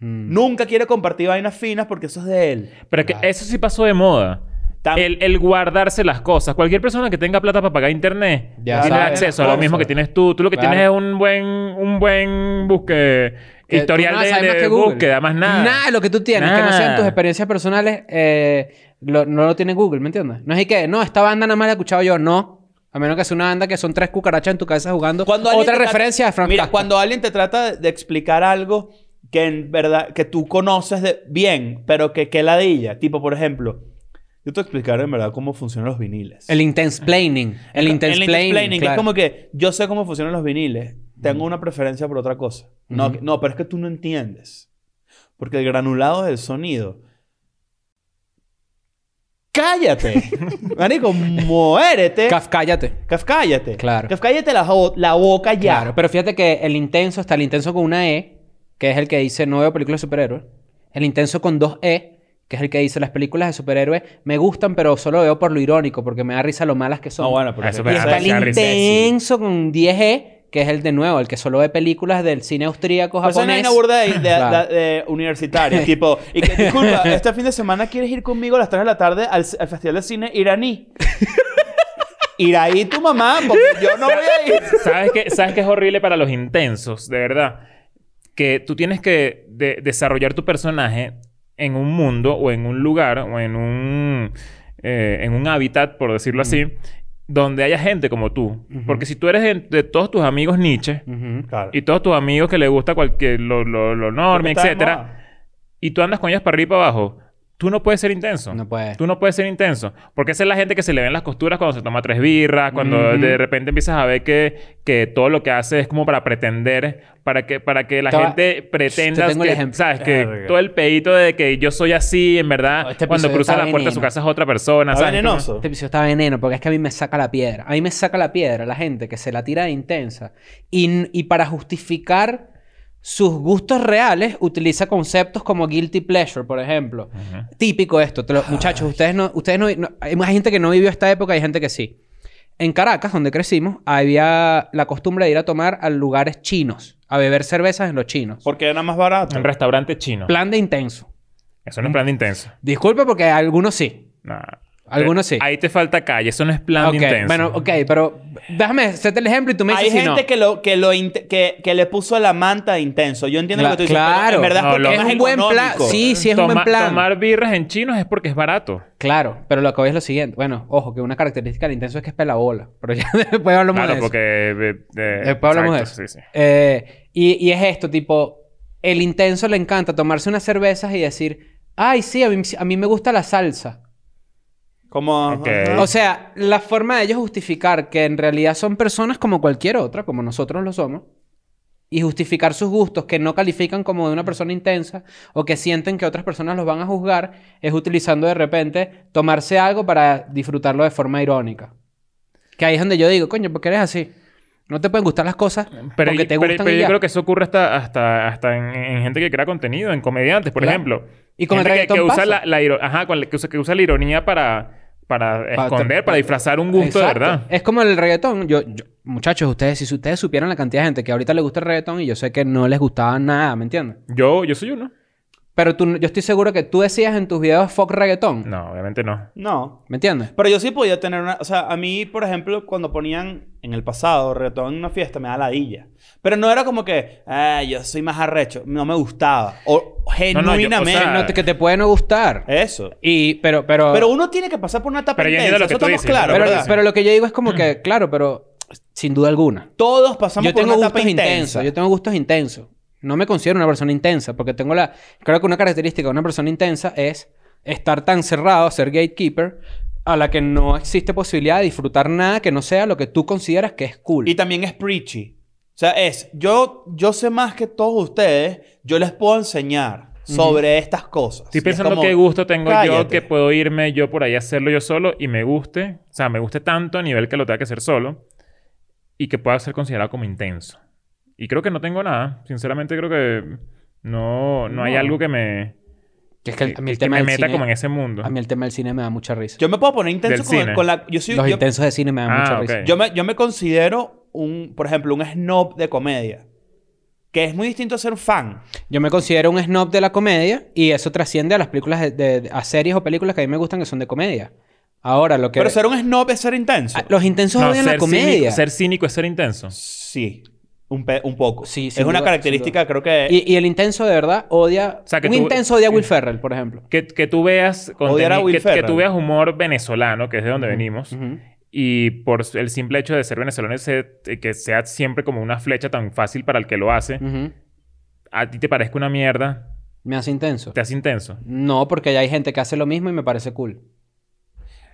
[SPEAKER 4] Mm.
[SPEAKER 3] Nunca quiere compartir vainas finas porque eso es de él.
[SPEAKER 2] Pero que eso sí pasó de moda.
[SPEAKER 3] Tam-
[SPEAKER 2] El, el guardarse las cosas. Cualquier persona que tenga plata para pagar internet
[SPEAKER 4] Ya
[SPEAKER 2] tiene
[SPEAKER 4] sabe.
[SPEAKER 2] acceso a lo
[SPEAKER 3] Cosas.
[SPEAKER 2] mismo que tienes tú. Tú lo que
[SPEAKER 4] Claro.
[SPEAKER 2] tienes es un buen, un buen busque,
[SPEAKER 4] Que
[SPEAKER 2] historial
[SPEAKER 4] tú no sabes
[SPEAKER 2] de,
[SPEAKER 4] más
[SPEAKER 2] de
[SPEAKER 4] que Google.
[SPEAKER 2] búsqueda, más nada.
[SPEAKER 4] Nada de lo que tú tienes, que no
[SPEAKER 2] Nada.
[SPEAKER 4] sean tus experiencias personales, eh, lo- no lo tiene Google, ¿me entiendes? No es y que, no, esta banda nada más la he escuchado yo, no. A menos que sea una banda que son tres cucarachas en tu cabeza jugando.
[SPEAKER 3] alguien
[SPEAKER 4] Otra
[SPEAKER 3] te trata-
[SPEAKER 4] referencia de Franz
[SPEAKER 3] Mira,
[SPEAKER 4] Kafka.
[SPEAKER 3] cuando alguien te trata de- de explicar algo que en verdad, que tú conoces de- bien, pero que, que ladilla. Tipo, por ejemplo, yo te explicaré en verdad cómo funcionan los viniles.
[SPEAKER 4] El intense planning. El intense planning.
[SPEAKER 3] planning, que es
[SPEAKER 4] claro.
[SPEAKER 3] como que yo sé cómo funcionan los viniles, tengo una preferencia por otra cosa. No,
[SPEAKER 4] Ujú.
[SPEAKER 3] no, pero es que tú no entiendes. Porque el granulado del sonido.
[SPEAKER 4] [LAUGHS]
[SPEAKER 3] ¡Cállate! Marico, muérete.
[SPEAKER 4] Kaf- cállate.
[SPEAKER 3] Kafkáyate.
[SPEAKER 4] Claro.
[SPEAKER 3] Kafkáyate la, jo- la boca ya.
[SPEAKER 4] Claro, pero fíjate que el intenso está el intenso con una E, que es el que dice no veo películas de superhéroes. El intenso con dos E, que es el que dice las películas de superhéroes me gustan, pero solo veo por lo irónico, porque me da risa lo malas que son.
[SPEAKER 3] No, bueno, pero
[SPEAKER 2] Ah, eso
[SPEAKER 4] y
[SPEAKER 2] me da
[SPEAKER 4] está el
[SPEAKER 2] risa, risa,
[SPEAKER 4] intenso con 10E, que es el de nuevo, el que solo ve películas del cine austríaco
[SPEAKER 3] Por Pues eso no hay
[SPEAKER 4] japonés.
[SPEAKER 3] una burda de, de-
[SPEAKER 4] Claro.
[SPEAKER 3] de- de
[SPEAKER 4] [LAUGHS]
[SPEAKER 3] universitaria. tipo, y que, disculpa, este fin de semana quieres ir conmigo a las 3 de la tarde al, al Festival de Cine
[SPEAKER 4] [LAUGHS]
[SPEAKER 3] iraní. Irá ahí tu mamá, porque yo no voy a ir.
[SPEAKER 2] [LAUGHS] ¿Sabes qué, ¿Sabes qué es horrible para los intensos? De verdad. Que tú tienes que de- desarrollar tu personaje en un mundo o en un lugar o en un, eh, en un hábitat, por decirlo
[SPEAKER 4] Mm.
[SPEAKER 2] así, donde haya gente como tú. Porque si tú eres de, de todos tus amigos Nietzsche
[SPEAKER 4] Ujú.
[SPEAKER 3] Claro.
[SPEAKER 2] y todos tus amigos que le gusta cualquier, lo, lo, lo norme, etcétera, y tú andas con ellas para arriba y para abajo, tú no puedes ser intenso.
[SPEAKER 4] No puede.
[SPEAKER 2] Tú no puedes ser intenso. Porque esa es la gente que se le ven las costuras cuando se toma tres birras, cuando
[SPEAKER 4] Ujú.
[SPEAKER 2] de repente empiezas a ver que, que todo lo que hace es como para pretender, para que, para que la
[SPEAKER 4] Te va-
[SPEAKER 2] gente pretenda,
[SPEAKER 4] Te tengo el
[SPEAKER 2] que,
[SPEAKER 4] ejemplo.
[SPEAKER 2] ¿sabes? Que
[SPEAKER 3] Verga.
[SPEAKER 2] todo el pedito de que yo soy así, en verdad,
[SPEAKER 4] Este
[SPEAKER 2] cuando
[SPEAKER 4] episodio
[SPEAKER 2] cruza
[SPEAKER 4] está
[SPEAKER 2] la puerta de su
[SPEAKER 4] veneno.
[SPEAKER 2] casa es otra persona,
[SPEAKER 3] Está
[SPEAKER 2] ¿sabes?
[SPEAKER 3] venenoso.
[SPEAKER 4] Este episodio está veneno porque es que a mí me saca la piedra. A mí me saca la piedra la gente que se la tira de intensa. Y, y para justificar sus gustos reales utiliza conceptos como guilty pleasure, por ejemplo. Típico esto. te lo- muchachos, ustedes no... Ustedes no, no- hay más gente que no vivió esta época, hay gente que sí. En Caracas, donde crecimos, había la costumbre de ir a tomar a lugares chinos, a beber cervezas en los chinos.
[SPEAKER 3] Porque era más barato.
[SPEAKER 2] Un restaurante chino.
[SPEAKER 4] Plan de intenso.
[SPEAKER 2] Eso no es plan de intenso.
[SPEAKER 4] Disculpa porque algunos sí.
[SPEAKER 2] Nah.
[SPEAKER 4] Algunos sí.
[SPEAKER 2] Ahí te falta calle. Eso no es plan
[SPEAKER 4] Ok,
[SPEAKER 2] de intenso.
[SPEAKER 4] Bueno, ok, pero déjame hacerte el ejemplo y tú me
[SPEAKER 3] Hay
[SPEAKER 4] dices si
[SPEAKER 3] gente
[SPEAKER 4] no.
[SPEAKER 3] que, lo, que, lo inte- que, que le puso la manta de intenso. Yo entiendo lo que tú dices. pero
[SPEAKER 4] claro,
[SPEAKER 3] En verdad,
[SPEAKER 2] No,
[SPEAKER 3] porque
[SPEAKER 2] lo-
[SPEAKER 3] es,
[SPEAKER 4] es
[SPEAKER 3] más
[SPEAKER 4] un buen plan.
[SPEAKER 3] económico.
[SPEAKER 4] Sí, sí, es un buen
[SPEAKER 2] Toma-
[SPEAKER 4] plan.
[SPEAKER 2] Tomar birras en chinos es porque es barato.
[SPEAKER 4] Claro, pero lo que voy es lo siguiente. Bueno, ojo, que una característica del intenso es que es pelabola. [LAUGHS] Pero ya después hablamos
[SPEAKER 2] Claro,
[SPEAKER 4] de eso.
[SPEAKER 2] porque... eh, eh,
[SPEAKER 4] Después hablamos de
[SPEAKER 2] exacto,
[SPEAKER 4] eso.
[SPEAKER 2] Sí, sí.
[SPEAKER 4] Eh, y, y es esto, tipo, el intenso le encanta tomarse unas cervezas y decir, ay, sí, a mí, a mí me gusta la salsa.
[SPEAKER 3] Como...
[SPEAKER 2] Ok.
[SPEAKER 3] ajá.
[SPEAKER 4] O sea, la forma de ellos justificar que en realidad son personas como cualquier otra, como nosotros lo somos, y justificar sus gustos que no califican como de una persona intensa o que sienten que otras personas los van a juzgar, es utilizando de repente tomarse algo para disfrutarlo de forma irónica. Que ahí es donde yo digo, coño, ¿por qué eres así? No te pueden gustar las cosas
[SPEAKER 2] Pero,
[SPEAKER 4] porque te
[SPEAKER 2] pero-
[SPEAKER 4] gustan
[SPEAKER 2] pero
[SPEAKER 4] y
[SPEAKER 2] yo
[SPEAKER 4] ya.
[SPEAKER 2] creo que eso ocurre hasta, hasta, hasta en, en gente que crea contenido, en comediantes, por
[SPEAKER 4] Claro.
[SPEAKER 2] ejemplo.
[SPEAKER 4] Y con el
[SPEAKER 2] Gente que, que
[SPEAKER 4] reggaetón
[SPEAKER 2] usa
[SPEAKER 4] pasa.
[SPEAKER 2] la, la iro- ajá, con la- que usa, que usa la ironía para, para esconder, para disfrazar un gusto de
[SPEAKER 4] Exacto.
[SPEAKER 2] verdad.
[SPEAKER 4] Es como el reggaetón. Yo, yo- muchachos, ustedes, si ustedes supieran la cantidad de gente que ahorita le gusta el reggaetón y yo sé que no les gustaba nada, ¿me entiendes?
[SPEAKER 2] Yo, yo soy uno.
[SPEAKER 4] Pero tú, yo estoy seguro que tú decías en tus videos fuck reggaetón.
[SPEAKER 2] No, obviamente no.
[SPEAKER 3] No.
[SPEAKER 4] ¿Me entiendes?
[SPEAKER 3] Pero yo sí podía tener una... O sea, a mí, por ejemplo, cuando ponían en el pasado reggaetón en una fiesta, me da ladilla. Pero no era como que, ah, yo soy más arrecho. No me gustaba. O
[SPEAKER 2] no, yo- o
[SPEAKER 3] genuinamente.
[SPEAKER 2] sea,
[SPEAKER 4] No, te- que te puede no gustar.
[SPEAKER 3] Eso.
[SPEAKER 4] Y, pero, pero,
[SPEAKER 3] Eh. Pero uno tiene que pasar por una etapa
[SPEAKER 2] Pero yo
[SPEAKER 3] intensa.
[SPEAKER 2] entiendo lo que
[SPEAKER 3] eso
[SPEAKER 2] tú
[SPEAKER 3] estamos
[SPEAKER 2] dices,
[SPEAKER 3] claros,
[SPEAKER 4] pero,
[SPEAKER 3] ¿verdad?
[SPEAKER 4] pero lo que yo digo es como
[SPEAKER 3] [CLEARS THROAT]
[SPEAKER 4] que, claro, pero sin duda alguna.
[SPEAKER 3] Todos pasamos
[SPEAKER 4] Yo tengo
[SPEAKER 3] por una
[SPEAKER 4] gustos
[SPEAKER 3] etapa intensa.
[SPEAKER 4] intensos. Yo tengo gustos intensos. No me considero una persona intensa porque tengo la... Creo que una característica de una persona intensa es estar tan cerrado, ser gatekeeper, a la que no existe posibilidad de disfrutar nada que no sea lo que tú consideras que es cool.
[SPEAKER 3] Y también es preachy. O sea, es, yo, yo sé más que todos ustedes, yo les puedo enseñar sobre estas cosas.
[SPEAKER 2] Estoy
[SPEAKER 3] Es
[SPEAKER 2] pensando
[SPEAKER 3] como,
[SPEAKER 2] qué gusto tengo yo
[SPEAKER 3] cállate.
[SPEAKER 2] que puedo irme yo por ahí a hacerlo yo solo y me guste. O sea, me guste tanto a nivel que lo tenga que hacer solo y que pueda ser considerado como intenso. Y creo que no tengo nada. Sinceramente creo que no, no, hay algo que me,
[SPEAKER 4] Que es que el- a mí
[SPEAKER 2] que-
[SPEAKER 4] el
[SPEAKER 2] que
[SPEAKER 4] tema
[SPEAKER 2] me
[SPEAKER 4] del
[SPEAKER 2] meta
[SPEAKER 4] cine...
[SPEAKER 2] como en ese mundo.
[SPEAKER 4] A mí el tema del cine me da mucha risa.
[SPEAKER 3] Yo me puedo poner intenso
[SPEAKER 2] Del
[SPEAKER 3] con,
[SPEAKER 2] cine.
[SPEAKER 3] con la... Yo, soy,
[SPEAKER 4] Los
[SPEAKER 3] yo,
[SPEAKER 4] intensos de cine me dan
[SPEAKER 2] Ah,
[SPEAKER 4] mucha
[SPEAKER 2] ok.
[SPEAKER 4] risa.
[SPEAKER 3] yo me, yo me considero, un, por ejemplo, un snob de comedia. Que es muy distinto a ser fan.
[SPEAKER 4] Yo me considero un snob de la comedia y eso trasciende a las películas, de, de- a series o películas que a mí me gustan que son de comedia. Ahora, lo que...
[SPEAKER 3] Pero ser un snob es ser intenso.
[SPEAKER 4] Ah, Los intensos
[SPEAKER 2] No,
[SPEAKER 4] odian la
[SPEAKER 2] ser, cínico,
[SPEAKER 4] comedia.
[SPEAKER 2] ser cínico es ser intenso.
[SPEAKER 3] Sí. Un, pe- un poco.
[SPEAKER 4] Sí,
[SPEAKER 3] es
[SPEAKER 4] sin
[SPEAKER 3] una
[SPEAKER 4] duda,
[SPEAKER 3] característica, creo que...
[SPEAKER 4] Y, y el intenso de verdad odia.
[SPEAKER 2] sea, que
[SPEAKER 4] un
[SPEAKER 2] tú-
[SPEAKER 4] intenso odia a Will Ferrell, por ejemplo.
[SPEAKER 2] Que, que tú veas
[SPEAKER 3] Odiar a
[SPEAKER 2] conteni-
[SPEAKER 3] Will
[SPEAKER 2] que, que tú
[SPEAKER 3] Ferrell.
[SPEAKER 2] veas humor venezolano, que es de donde venimos, y por el simple hecho de ser venezolano ese- eh, que sea siempre como una flecha tan fácil para el que lo hace,
[SPEAKER 4] Ujú.
[SPEAKER 2] a ti te parezca una mierda,
[SPEAKER 4] Me hace intenso.
[SPEAKER 2] te hace intenso.
[SPEAKER 4] No, porque ya hay gente que hace lo mismo y me parece cool.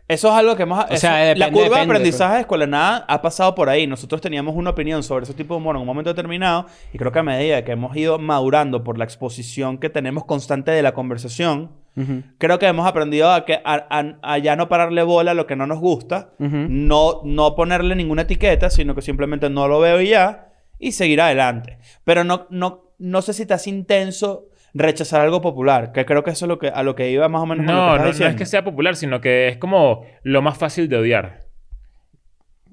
[SPEAKER 3] Eso es algo que hemos... eso-
[SPEAKER 4] sea,
[SPEAKER 3] la
[SPEAKER 4] depende- pues.
[SPEAKER 3] curva de
[SPEAKER 4] depende,
[SPEAKER 3] aprendizaje de Escuela de Nada ha pasado por ahí. Nosotros teníamos una opinión sobre ese tipo de humor en un momento determinado y creo que a medida que hemos ido madurando por la exposición que tenemos constante de la conversación,
[SPEAKER 4] Ujú.
[SPEAKER 3] creo que hemos aprendido a, que, a, a- a ya no pararle bola a lo que no nos gusta,
[SPEAKER 4] Ujú.
[SPEAKER 3] no, no ponerle ninguna etiqueta, sino que simplemente no lo veo y ya y seguir adelante. Pero no, no, no sé si te hace intenso rechazar algo popular, que creo que eso es lo que, a lo que iba más o menos con lo
[SPEAKER 2] No,
[SPEAKER 3] que
[SPEAKER 2] no, no
[SPEAKER 3] estás
[SPEAKER 2] es que
[SPEAKER 3] diciendo.
[SPEAKER 2] sea popular, sino que es como lo más fácil de odiar.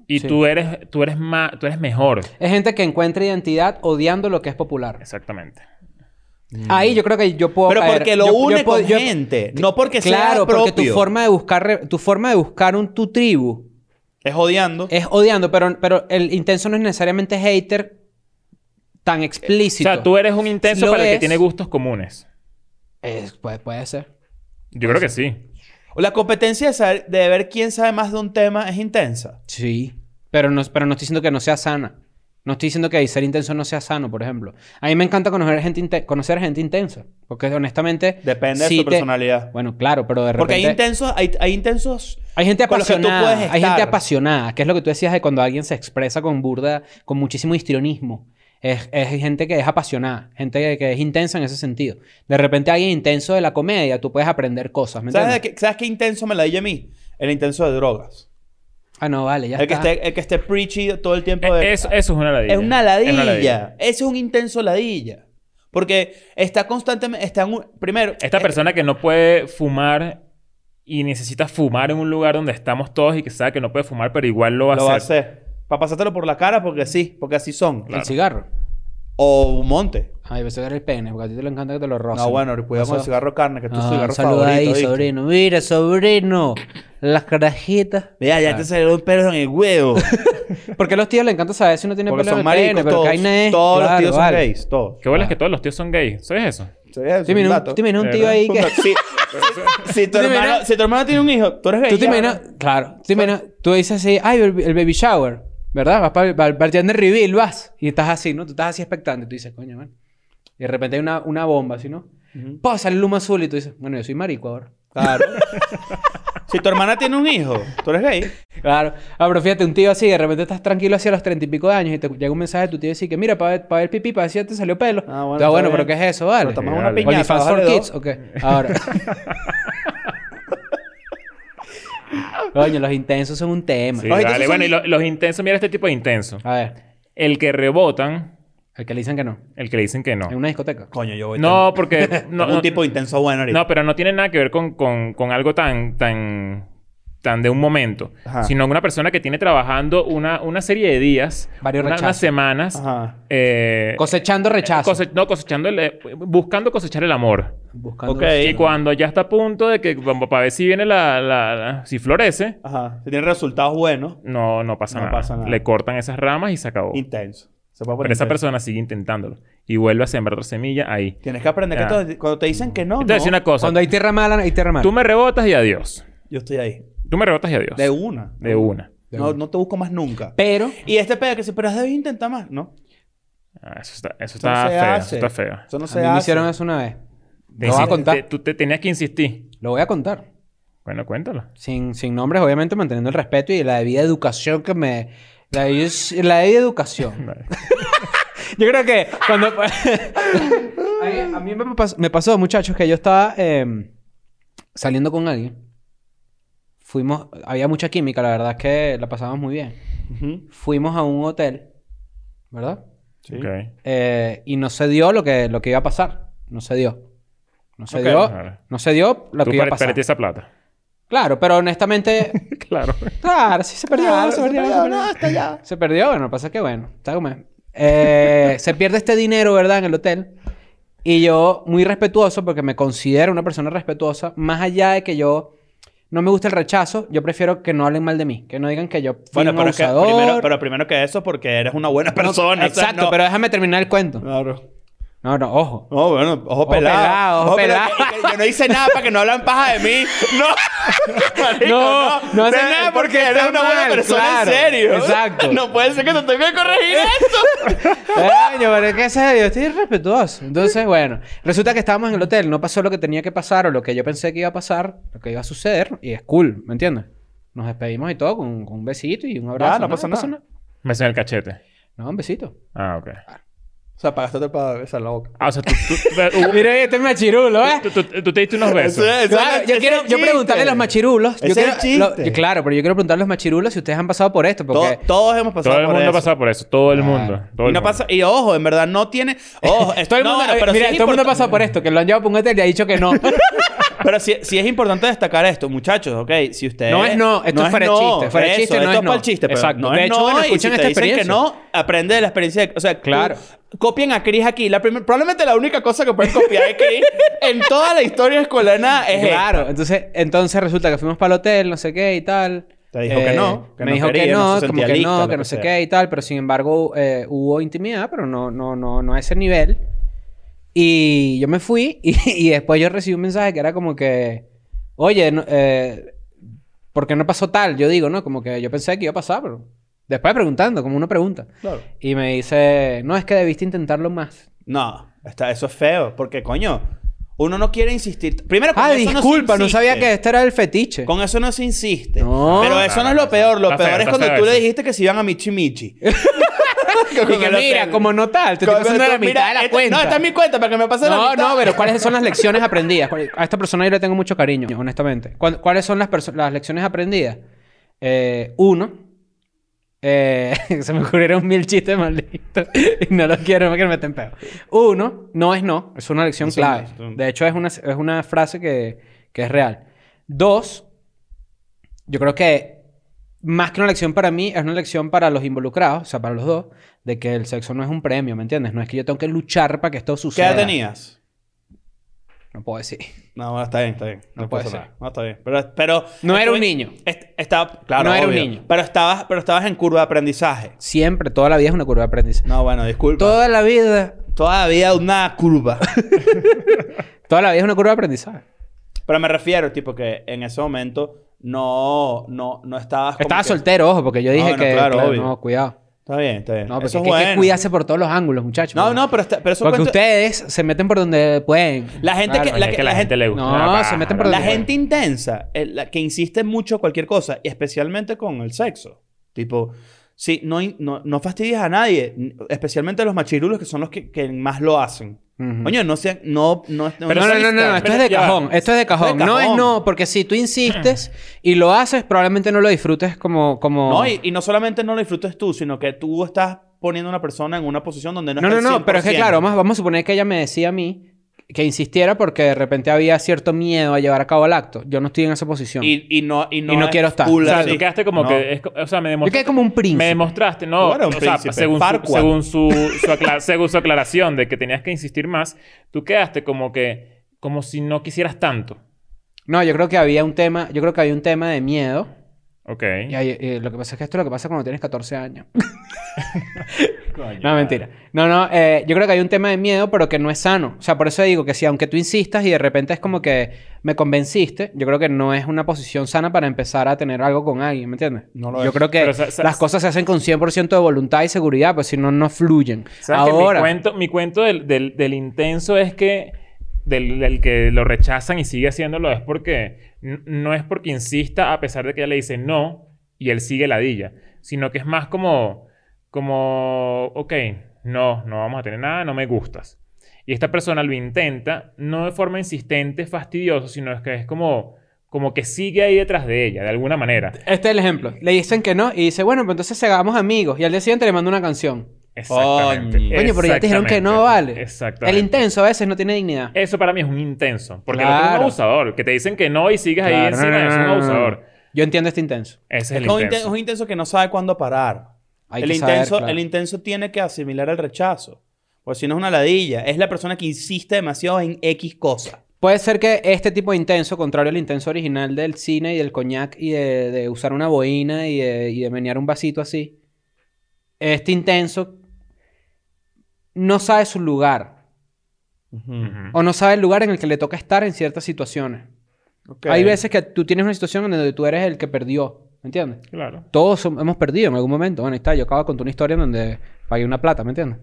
[SPEAKER 2] Y
[SPEAKER 4] Sí.
[SPEAKER 2] tú eres, tú eres más, tú eres mejor.
[SPEAKER 4] Es gente que encuentra identidad odiando lo que es popular.
[SPEAKER 2] Exactamente.
[SPEAKER 4] Ahí yo creo que yo puedo.
[SPEAKER 3] Pero
[SPEAKER 4] caer.
[SPEAKER 3] porque lo
[SPEAKER 4] Yo- yo
[SPEAKER 3] une
[SPEAKER 4] puedo-
[SPEAKER 3] con
[SPEAKER 4] yo-
[SPEAKER 3] gente, no porque
[SPEAKER 4] Claro,
[SPEAKER 3] sea propio.
[SPEAKER 4] porque tu forma de buscar, re- tu forma de buscar un, tu tribu
[SPEAKER 3] Es odiando.
[SPEAKER 4] es odiando, pero, pero el intenso no es necesariamente hater tan
[SPEAKER 3] Eh,
[SPEAKER 2] O
[SPEAKER 4] explícito.
[SPEAKER 2] sea, tú eres un intenso
[SPEAKER 4] Lo
[SPEAKER 2] para el que
[SPEAKER 4] es.
[SPEAKER 2] tiene gustos comunes.
[SPEAKER 4] Es- puede, puede ser.
[SPEAKER 2] Yo creo que sí.
[SPEAKER 3] O La competencia de, saber- de ver quién sabe más de un tema es intensa.
[SPEAKER 4] Sí, pero no, pero no estoy diciendo que no sea sana. No estoy diciendo que ser intenso no sea sano, por ejemplo. A mí me encanta conocer gente, inte- conocer gente intensa. Porque honestamente...
[SPEAKER 3] Depende de
[SPEAKER 4] sí
[SPEAKER 3] su
[SPEAKER 4] te-
[SPEAKER 3] personalidad.
[SPEAKER 4] Bueno, claro, pero de repente...
[SPEAKER 3] Porque hay intensos, hay, hay intensos.
[SPEAKER 4] hay gente
[SPEAKER 3] con los que tú
[SPEAKER 4] apasionada.
[SPEAKER 3] puedes
[SPEAKER 4] Hay gente
[SPEAKER 3] estar.
[SPEAKER 4] apasionada. Que es lo que tú decías de cuando alguien se expresa con burda, con muchísimo histrionismo. Es, es gente que es apasionada. Gente que, que es intensa en ese sentido. De repente alguien intenso de la comedia, tú puedes aprender cosas, ¿me
[SPEAKER 3] ¿Sabes, de
[SPEAKER 4] entiendes?
[SPEAKER 3] qué, ¿Sabes qué intenso me la di a mí? El intenso de drogas.
[SPEAKER 4] Ah, no, vale, ya
[SPEAKER 3] El que,
[SPEAKER 4] está.
[SPEAKER 3] esté, el que esté preachy todo el tiempo.
[SPEAKER 2] Eh,
[SPEAKER 3] De,
[SPEAKER 2] Eso, eso es una ladilla.
[SPEAKER 3] es una ladilla.
[SPEAKER 2] Es una
[SPEAKER 3] Eso es un intenso ladilla. Porque está constantemente. Está en un- primero.
[SPEAKER 2] Esta
[SPEAKER 3] eh,
[SPEAKER 2] persona que no puede fumar y necesita fumar en un lugar donde estamos todos y que sabe que no puede fumar, pero igual lo va
[SPEAKER 3] lo
[SPEAKER 2] a
[SPEAKER 3] va a
[SPEAKER 2] hacer.
[SPEAKER 3] hacer. Para pasártelo por la cara porque sí, porque así son.
[SPEAKER 4] El cigarro.
[SPEAKER 3] O un monte.
[SPEAKER 4] Ay, pensé que era el pene, porque a ti te lo encanta que te lo rocen.
[SPEAKER 3] No, bueno, cuidado con el
[SPEAKER 4] Eso-
[SPEAKER 3] cigarro carne, que es tu
[SPEAKER 4] Ah,
[SPEAKER 3] cigarro
[SPEAKER 4] saluda
[SPEAKER 3] favorito.
[SPEAKER 4] ahí,
[SPEAKER 3] ¿viste?
[SPEAKER 4] sobrino. Mira, sobrino. Las carajitas.
[SPEAKER 3] Mira, ya te salió un pelo en el [LAUGHS] huevo.
[SPEAKER 4] Porque a los tíos les encanta saber si uno tiene
[SPEAKER 3] Porque
[SPEAKER 4] pelo en
[SPEAKER 3] son
[SPEAKER 4] el
[SPEAKER 3] maricos
[SPEAKER 4] pene, pero
[SPEAKER 3] todos.
[SPEAKER 4] que hay nada es-
[SPEAKER 3] todos los
[SPEAKER 4] claro,
[SPEAKER 3] tíos son
[SPEAKER 4] vale.
[SPEAKER 3] gays. Todos.
[SPEAKER 2] Qué bueno es que todos los tíos son gays. ¿Sabes eso?
[SPEAKER 3] Sí, es
[SPEAKER 4] ¿Tú te
[SPEAKER 3] un
[SPEAKER 4] imaginas-
[SPEAKER 3] dato.
[SPEAKER 4] tú te imaginas un
[SPEAKER 2] De
[SPEAKER 4] tío
[SPEAKER 2] verdad.
[SPEAKER 4] ahí
[SPEAKER 3] Un
[SPEAKER 4] que...
[SPEAKER 3] dato. Sí. Si- [LAUGHS] Si tu
[SPEAKER 4] ¿Tú te
[SPEAKER 3] hermano,
[SPEAKER 4] imaginas-
[SPEAKER 3] si tu hermano tiene un hijo, tú eres gay.
[SPEAKER 4] Tú te
[SPEAKER 3] ya.
[SPEAKER 4] imaginas... Claro. Tú te imaginas... Tú dices así... Ay, el, el baby shower. ¿Verdad? Vas para el de reveal, vas. Y estás así, ¿no? Tú estás así expectante. Tú dices, coño, man. Y de repente hay una, una bomba, así, ¿no? Pasa el luma azul y tú dices, bueno, yo soy marico ahora.
[SPEAKER 3] Claro. si tu hermana tiene un hijo, tú eres gay.
[SPEAKER 4] Claro. Ah, pero fíjate, un tío así, de repente estás tranquilo hacia los treinta y pico de años y te llega un mensaje de tu tío así que, mira, para ver, pa' ver pipí, para decir, te salió pelo.
[SPEAKER 3] Ah, bueno,
[SPEAKER 4] Está
[SPEAKER 3] está
[SPEAKER 4] bueno,
[SPEAKER 3] bien.
[SPEAKER 4] pero ¿qué es eso? Vale.
[SPEAKER 3] Pero tomas
[SPEAKER 2] Sí,
[SPEAKER 3] una
[SPEAKER 2] vale.
[SPEAKER 3] piñata.
[SPEAKER 4] OnlyFans for
[SPEAKER 3] bájale
[SPEAKER 4] Kids,
[SPEAKER 3] dos.
[SPEAKER 4] ok. Ahora.
[SPEAKER 3] [LAUGHS]
[SPEAKER 4] Coño, los intensos son un tema.
[SPEAKER 2] Sí,
[SPEAKER 3] Los intensos
[SPEAKER 2] vale.
[SPEAKER 3] son-
[SPEAKER 2] Bueno, y lo- los intensos, mira este tipo de intenso.
[SPEAKER 4] A ver.
[SPEAKER 2] el que rebotan,
[SPEAKER 4] El que le dicen que no.
[SPEAKER 2] el que le dicen que no.
[SPEAKER 4] En una discoteca.
[SPEAKER 3] Coño, yo voy.
[SPEAKER 2] No,
[SPEAKER 3] [LAUGHS]
[SPEAKER 2] porque...
[SPEAKER 3] no,
[SPEAKER 2] No,
[SPEAKER 3] un
[SPEAKER 2] no-
[SPEAKER 3] tipo intenso bueno ahorita.
[SPEAKER 2] no, pero no tiene nada que ver con, con- con algo tan, tan, tan de un momento.
[SPEAKER 3] Ajá.
[SPEAKER 2] Sino una persona que tiene trabajando una, una serie de días,
[SPEAKER 4] Varios
[SPEAKER 2] una- unas
[SPEAKER 4] rechazos.
[SPEAKER 2] semanas,
[SPEAKER 3] Ajá.
[SPEAKER 2] eh,
[SPEAKER 4] Cosechando rechazo.
[SPEAKER 2] cose- no, cosechando el- eh, buscando cosechar el amor.
[SPEAKER 4] Buscando
[SPEAKER 3] Ok.
[SPEAKER 4] rechazo.
[SPEAKER 2] Y cuando ya está a punto de que, como para ver si viene la, la- la- si florece,
[SPEAKER 3] Ajá. Si tiene resultados buenos,
[SPEAKER 2] no, no, pasa,
[SPEAKER 3] No
[SPEAKER 2] nada.
[SPEAKER 3] pasa nada.
[SPEAKER 2] Le cortan esas ramas y se acabó.
[SPEAKER 3] intenso. Se puede poner
[SPEAKER 2] Pero esa
[SPEAKER 3] intenso.
[SPEAKER 2] persona sigue intentándolo. Y vuelve a sembrar otra semilla ahí.
[SPEAKER 3] Tienes que aprender
[SPEAKER 2] Ya.
[SPEAKER 3] que todo- cuando te dicen que no,
[SPEAKER 2] Entonces,
[SPEAKER 3] no.
[SPEAKER 2] una cosa.
[SPEAKER 4] Cuando hay tierra mala, hay tierra mala.
[SPEAKER 2] Tú me rebotas y adiós.
[SPEAKER 3] Yo estoy ahí.
[SPEAKER 2] Tú me rebotas y adiós.
[SPEAKER 3] De una.
[SPEAKER 2] De una.
[SPEAKER 4] De
[SPEAKER 3] No,
[SPEAKER 4] una.
[SPEAKER 3] no te busco más nunca.
[SPEAKER 4] Pero
[SPEAKER 3] y este pedo que dice, pero has debido intentar más, ¿no?
[SPEAKER 2] Ah, eso está, eso
[SPEAKER 3] Eso no
[SPEAKER 2] está
[SPEAKER 3] se
[SPEAKER 2] feo. Eso
[SPEAKER 3] hace.
[SPEAKER 2] está feo.
[SPEAKER 3] Eso no
[SPEAKER 4] a
[SPEAKER 3] se
[SPEAKER 4] mí me
[SPEAKER 3] hace.
[SPEAKER 4] hicieron eso una vez.
[SPEAKER 2] Te
[SPEAKER 4] Lo vas a
[SPEAKER 2] insi-
[SPEAKER 4] contar.
[SPEAKER 2] te- tú te tenías que insistir.
[SPEAKER 4] Lo voy a contar.
[SPEAKER 2] Bueno, cuéntalo.
[SPEAKER 4] Sin, sin nombres, obviamente, manteniendo el respeto y la debida educación que me... La debida, la
[SPEAKER 2] [LAUGHS]
[SPEAKER 4] debida educación.
[SPEAKER 2] Vale.
[SPEAKER 4] Yo creo que cuando... [LAUGHS] a mí, a mí me, pas- me pasó, muchachos, que yo estaba eh, saliendo con alguien. Fuimos... Había mucha química, la verdad es que la pasábamos muy bien.
[SPEAKER 3] Ujú.
[SPEAKER 4] Fuimos a un hotel, ¿verdad?
[SPEAKER 3] Sí.
[SPEAKER 2] Ok.
[SPEAKER 4] Eh, y no se dio lo que, lo que iba a pasar. No se dio. No se
[SPEAKER 3] Ok.
[SPEAKER 4] dio...
[SPEAKER 2] Vale.
[SPEAKER 4] No se dio lo
[SPEAKER 2] Tú
[SPEAKER 4] que iba a
[SPEAKER 2] per-
[SPEAKER 4] pasar.
[SPEAKER 2] perdiste esa plata.
[SPEAKER 4] Claro,
[SPEAKER 3] [LAUGHS]
[SPEAKER 4] pero honestamente...
[SPEAKER 2] claro.
[SPEAKER 4] Claro, sí se perdió,
[SPEAKER 3] Claro,
[SPEAKER 4] se
[SPEAKER 3] se
[SPEAKER 4] perdió,
[SPEAKER 3] perdió,
[SPEAKER 4] se perdió.
[SPEAKER 3] no, está ya.
[SPEAKER 4] [LAUGHS] Se perdió, bueno, pasa que bueno, está como- Eh, se pierde este dinero, ¿verdad? En el hotel. Y yo, muy respetuoso, porque me considero una persona respetuosa, más allá de que yo no me gusta el rechazo, yo prefiero que no hablen mal de mí, que no digan que yo fui
[SPEAKER 3] Bueno,
[SPEAKER 4] un
[SPEAKER 3] pero, es que
[SPEAKER 4] abusador.
[SPEAKER 3] primero, pero primero que eso, porque eres una buena
[SPEAKER 4] No,
[SPEAKER 3] persona. o sea,
[SPEAKER 4] exacto,
[SPEAKER 3] no-
[SPEAKER 4] pero déjame terminar el cuento.
[SPEAKER 3] Claro.
[SPEAKER 4] No, no, ojo.
[SPEAKER 3] No, bueno, ojo pelado.
[SPEAKER 4] pelado, ojo pelado.
[SPEAKER 3] que- que [LAUGHS] yo no hice nada para que no hablan paja de
[SPEAKER 4] [LAUGHS]
[SPEAKER 3] mí. No. Marico,
[SPEAKER 4] No, no hace
[SPEAKER 3] Pero
[SPEAKER 4] nada porque
[SPEAKER 3] porque eres
[SPEAKER 4] está
[SPEAKER 3] una
[SPEAKER 4] mal,
[SPEAKER 3] buena persona
[SPEAKER 4] claro.
[SPEAKER 3] en serio.
[SPEAKER 4] Exacto. Eh,
[SPEAKER 3] No puede ser que te tenga que corregir esto.
[SPEAKER 4] Coño, pero qué sé yo, estoy respetuoso. este Entonces, bueno, resulta que estábamos en el hotel, no pasó lo que tenía que pasar o lo que yo pensé que iba a pasar, lo que iba a suceder, y es cool, ¿me entiendes? Nos despedimos y todo con, con un besito y un abrazo.
[SPEAKER 3] Ah, no pasó nada.
[SPEAKER 2] Me en el cachete.
[SPEAKER 4] No, un besito.
[SPEAKER 2] Ah, ok.
[SPEAKER 3] O sea, pagaste todo para besar la boca.
[SPEAKER 2] Ah, o sea, tú, tú, hubo-
[SPEAKER 4] [LAUGHS] Mira, oye, este es machirulo, ¿eh?
[SPEAKER 2] tú- tú- tú te diste unos besos.
[SPEAKER 3] Eso es-
[SPEAKER 4] Claro,
[SPEAKER 3] eso
[SPEAKER 4] yo
[SPEAKER 3] es
[SPEAKER 4] quiero
[SPEAKER 3] el
[SPEAKER 4] yo
[SPEAKER 3] chiste.
[SPEAKER 4] preguntarle a los machirulos. Yo
[SPEAKER 3] Ese
[SPEAKER 4] quiero,
[SPEAKER 3] es el
[SPEAKER 4] lo-
[SPEAKER 3] chiste.
[SPEAKER 4] claro, pero yo quiero preguntarle a los machirulos si ustedes han pasado por esto, porque
[SPEAKER 3] To- todos hemos pasado
[SPEAKER 2] Todo el
[SPEAKER 3] por
[SPEAKER 2] mundo
[SPEAKER 3] eso.
[SPEAKER 2] ha pasado por eso. Todo el mundo. Todo
[SPEAKER 3] y
[SPEAKER 2] el
[SPEAKER 3] no
[SPEAKER 2] mundo.
[SPEAKER 3] pasa, y ojo, en verdad no tiene.
[SPEAKER 4] [LAUGHS]
[SPEAKER 3] Ojo, esto-
[SPEAKER 4] todo el
[SPEAKER 3] no,
[SPEAKER 4] mundo,
[SPEAKER 3] bueno, pero
[SPEAKER 4] mira,
[SPEAKER 3] sí es
[SPEAKER 4] todo el mundo ha
[SPEAKER 3] import-
[SPEAKER 4] pasado por esto, que lo han llevado por un hotel y ha dicho
[SPEAKER 3] [LAUGHS]
[SPEAKER 4] que no.
[SPEAKER 3] Pero sí, sí es importante destacar esto, muchachos, ok. Si ustedes.
[SPEAKER 4] No es no, esto es fuera de chiste, fuera de
[SPEAKER 3] eso,
[SPEAKER 4] chiste, no
[SPEAKER 3] esto
[SPEAKER 4] es
[SPEAKER 3] para
[SPEAKER 4] no.
[SPEAKER 3] el chiste, pero
[SPEAKER 4] Exacto.
[SPEAKER 3] no
[SPEAKER 4] De
[SPEAKER 3] es
[SPEAKER 4] hecho,
[SPEAKER 3] no,
[SPEAKER 4] bueno,
[SPEAKER 3] y si
[SPEAKER 4] escuchen
[SPEAKER 3] te
[SPEAKER 4] esta
[SPEAKER 3] dicen
[SPEAKER 4] experiencia.
[SPEAKER 3] que no, aprende de la experiencia. de- O sea, tú-
[SPEAKER 4] Claro.
[SPEAKER 3] Copien a Chris aquí. La primer- probablemente la única cosa que pueden copiar de
[SPEAKER 4] [LAUGHS]
[SPEAKER 3] Chris en toda la historia escolar nada es.
[SPEAKER 4] Claro, entonces, entonces resulta que fuimos para el hotel, no sé qué y tal. Eh,
[SPEAKER 3] Te dijo que no, que
[SPEAKER 4] me
[SPEAKER 3] no
[SPEAKER 4] dijo que
[SPEAKER 3] quería, no
[SPEAKER 4] no,
[SPEAKER 3] se
[SPEAKER 4] como
[SPEAKER 3] sentía
[SPEAKER 4] que
[SPEAKER 3] lista,
[SPEAKER 4] no,
[SPEAKER 3] lo
[SPEAKER 4] que
[SPEAKER 3] que
[SPEAKER 4] no sé
[SPEAKER 3] sea.
[SPEAKER 4] qué y tal, pero sin embargo eh, hubo intimidad, pero no, no, no, no a ese nivel. Y yo me fui [LAUGHS] y, y después yo recibí un mensaje que era como que, oye, no, eh, ¿por qué no pasó tal? Yo digo, no, como que yo pensé que iba a pasar, pero después preguntando, como uno pregunta.
[SPEAKER 3] Claro.
[SPEAKER 4] Y me dice, no, es que debiste intentarlo más.
[SPEAKER 3] No, está, eso es feo, porque coño, uno no quiere insistir. Primero, con
[SPEAKER 4] Ah,
[SPEAKER 3] eso se
[SPEAKER 4] disculpa, no sabía
[SPEAKER 3] insiste.
[SPEAKER 4] que este era el fetiche.
[SPEAKER 3] Con eso no se insiste.
[SPEAKER 4] No.
[SPEAKER 3] Pero eso
[SPEAKER 2] No,
[SPEAKER 3] no es
[SPEAKER 2] no,
[SPEAKER 3] lo peor. Lo
[SPEAKER 2] está feo,
[SPEAKER 3] peor es
[SPEAKER 2] está
[SPEAKER 3] cuando
[SPEAKER 2] feo
[SPEAKER 3] tú le
[SPEAKER 2] eso.
[SPEAKER 3] dijiste que se iban a Michi Michi.
[SPEAKER 4] Y que mira, como no tal, te estoy pasando la mitad de la cuenta.
[SPEAKER 3] este, No, está en mi cuenta para que me pase la
[SPEAKER 4] No,
[SPEAKER 3] mitad.
[SPEAKER 4] no, pero ¿cuáles son las lecciones aprendidas? ¿Cuál- A esta persona yo le tengo mucho cariño, honestamente. ¿Cuál- ¿Cuáles son las, perso- las lecciones aprendidas? Eh, uno, eh, [LAUGHS] se me ocurrieron mil chistes malditos [LAUGHS] y no los quiero, no que me meten peor. Uno, no es no, es una lección
[SPEAKER 3] Sí,
[SPEAKER 4] clave.
[SPEAKER 3] no, no.
[SPEAKER 4] De hecho, es una, es una frase que, que es real. Dos, yo creo que más que una lección para mí, es una lección para los involucrados, o sea, para los dos, de que el sexo no es un premio, ¿me entiendes? No es que yo tengo que luchar para que esto
[SPEAKER 3] ¿Qué
[SPEAKER 4] suceda.
[SPEAKER 3] edad tenías?
[SPEAKER 4] No puedo decir.
[SPEAKER 3] No, bueno, está bien, está bien. No,
[SPEAKER 4] No
[SPEAKER 3] puede
[SPEAKER 4] puede
[SPEAKER 3] pasa
[SPEAKER 4] ser.
[SPEAKER 3] nada. No, está bien. Pero, pero
[SPEAKER 4] No era un
[SPEAKER 3] estuvi-
[SPEAKER 4] niño.
[SPEAKER 3] est- estaba, claro,
[SPEAKER 4] No era un
[SPEAKER 3] obvio.
[SPEAKER 4] niño.
[SPEAKER 3] Pero estabas, pero estabas en curva de aprendizaje.
[SPEAKER 4] Siempre, toda la vida es una curva de aprendizaje.
[SPEAKER 3] No, bueno, disculpa.
[SPEAKER 4] Toda la vida,
[SPEAKER 3] Todavía una curva. [LAUGHS]
[SPEAKER 4] toda la vida es una curva de aprendizaje.
[SPEAKER 3] Ah, pero me refiero, tipo, que en ese momento no, no, no estabas. como
[SPEAKER 4] Estaba
[SPEAKER 3] que-
[SPEAKER 4] soltero, ojo, porque yo dije
[SPEAKER 3] bueno,
[SPEAKER 4] que
[SPEAKER 3] claro,
[SPEAKER 4] claro,
[SPEAKER 3] obvio.
[SPEAKER 4] no, cuidado.
[SPEAKER 3] Está bien, está bien.
[SPEAKER 4] No, pero
[SPEAKER 3] Eso
[SPEAKER 4] es
[SPEAKER 3] es
[SPEAKER 4] que hay que
[SPEAKER 3] bueno.
[SPEAKER 4] cuidarse por todos los ángulos, muchachos.
[SPEAKER 3] No, no, pero, está- pero eso
[SPEAKER 4] Porque
[SPEAKER 3] cuento-
[SPEAKER 4] ustedes se meten por donde pueden.
[SPEAKER 3] La gente
[SPEAKER 4] Claro.
[SPEAKER 3] que- la
[SPEAKER 2] Es que la gente le gusta.
[SPEAKER 4] No,
[SPEAKER 2] Ah,
[SPEAKER 4] se meten por
[SPEAKER 3] La
[SPEAKER 4] Claro.
[SPEAKER 3] gente intensa, eh, la que insiste mucho en cualquier cosa, y especialmente con el sexo. Tipo, sí, no, in- no, no fastidies a nadie, n- especialmente a los machirulos que son los que, que más lo hacen.
[SPEAKER 4] Ujú.
[SPEAKER 3] Coño, no sean. No, no,
[SPEAKER 2] Pero
[SPEAKER 4] no,
[SPEAKER 2] eso
[SPEAKER 4] no, no, no,
[SPEAKER 2] está-
[SPEAKER 4] esto es
[SPEAKER 2] pero
[SPEAKER 4] de
[SPEAKER 2] ya va.
[SPEAKER 4] cajón. Esto es de cajón.
[SPEAKER 3] de
[SPEAKER 4] No es
[SPEAKER 3] cajón.
[SPEAKER 4] no, porque si tú insistes y lo haces, probablemente no lo disfrutes como. como...
[SPEAKER 3] No, y, y no solamente no lo disfrutes tú, sino que tú estás poniendo a una persona en una posición donde no
[SPEAKER 4] No, no,
[SPEAKER 3] está al
[SPEAKER 4] no, pero es que
[SPEAKER 3] 100%.
[SPEAKER 4] claro, vamos, vamos a suponer que ella me decía a mí que insistiera porque de repente había cierto miedo a llevar a cabo el acto. Yo no estoy en esa posición.
[SPEAKER 3] Y, y no, y no,
[SPEAKER 4] Y no
[SPEAKER 3] es
[SPEAKER 4] quiero estar.
[SPEAKER 2] O
[SPEAKER 3] cool
[SPEAKER 2] sea,
[SPEAKER 3] así.
[SPEAKER 2] tú quedaste como
[SPEAKER 3] No.
[SPEAKER 2] que... es co- o sea, me
[SPEAKER 4] Yo quedé
[SPEAKER 2] demostraste...
[SPEAKER 4] como un príncipe.
[SPEAKER 2] Me demostraste, ¿no?
[SPEAKER 3] Tú eres un
[SPEAKER 2] o sea,
[SPEAKER 3] príncipe,
[SPEAKER 2] según, su,
[SPEAKER 3] Farquaad.
[SPEAKER 2] según, su, su acla- [LAUGHS] según su aclaración de que tenías que insistir más, tú quedaste como que... Como si no quisieras tanto.
[SPEAKER 4] No, yo creo que había un tema, yo creo que había un tema de miedo.
[SPEAKER 2] Ok.
[SPEAKER 4] Y ahí, eh, lo que pasa es que esto es lo que pasa cuando tienes 14 años. No, mentira. No, no, eh, yo creo que hay un tema de miedo, pero que no es sano. O sea, por eso digo que si aunque tú insistas y de repente es como que me convenciste, yo creo que no es una posición sana para empezar a tener algo con alguien, ¿me entiendes?
[SPEAKER 3] No lo
[SPEAKER 4] yo
[SPEAKER 3] es.
[SPEAKER 4] creo que
[SPEAKER 2] Pero, o sea, sa-
[SPEAKER 4] las cosas se hacen con 100% de voluntad y seguridad, pues si no, no fluyen.
[SPEAKER 2] ¿Sabes que mi
[SPEAKER 4] Ahora,
[SPEAKER 2] cuento, mi cuento del, del- del intenso es que del, del que lo rechazan y sigue haciéndolo es porque n- no es porque insista a pesar de que ella le dice no y él sigue ladilla, sino que es más como, como, ok, no, no vamos a tener nada, no me gustas. Y esta persona lo intenta, no de forma insistente, fastidioso, sino es que es como, como que sigue ahí detrás de ella, de alguna manera.
[SPEAKER 4] este es el ejemplo. Le dicen que no y dice, bueno, pues entonces hagamos amigos. Y al día siguiente le manda una canción.
[SPEAKER 2] Exactamente.
[SPEAKER 3] Coño.
[SPEAKER 4] Oye, pero ya te dijeron que no
[SPEAKER 2] Exactamente.
[SPEAKER 4] vale. El
[SPEAKER 2] Exactamente.
[SPEAKER 4] intenso a veces no tiene dignidad.
[SPEAKER 2] Eso para mí es un intenso. Porque el otro es un
[SPEAKER 4] Claro.
[SPEAKER 2] abusador. Que te dicen que no y sigues ahí
[SPEAKER 4] Claro,
[SPEAKER 2] encima.
[SPEAKER 4] no, no,
[SPEAKER 2] es un
[SPEAKER 4] no, no, no.
[SPEAKER 2] abusador.
[SPEAKER 4] Yo entiendo este intenso.
[SPEAKER 2] Ese es
[SPEAKER 3] Es
[SPEAKER 2] el
[SPEAKER 3] que un,
[SPEAKER 2] intenso.
[SPEAKER 3] inten- un intenso que no sabe cuándo parar.
[SPEAKER 4] Hay
[SPEAKER 3] el,
[SPEAKER 4] que saber,
[SPEAKER 3] intenso,
[SPEAKER 4] claro.
[SPEAKER 3] el intenso tiene que asimilar el rechazo. Porque si no es una ladilla. Es la persona que insiste demasiado en X cosa.
[SPEAKER 4] Puede ser que este tipo de intenso, contrario al intenso original del cine y del coñac y de, de usar una boina y de, y de menear un vasito así, este intenso no sabe su lugar
[SPEAKER 2] Ujú.
[SPEAKER 4] o no sabe el lugar en el que le toca estar en ciertas situaciones.
[SPEAKER 3] Ok.
[SPEAKER 4] Hay veces que tú tienes una situación en donde tú eres el que perdió, ¿me entiendes?
[SPEAKER 2] Claro.
[SPEAKER 4] Todos som- hemos perdido en algún momento. Bueno, ahí está, yo acabo de contar una historia en donde pagué una plata,
[SPEAKER 2] [LAUGHS]
[SPEAKER 4] ¿me entiendes?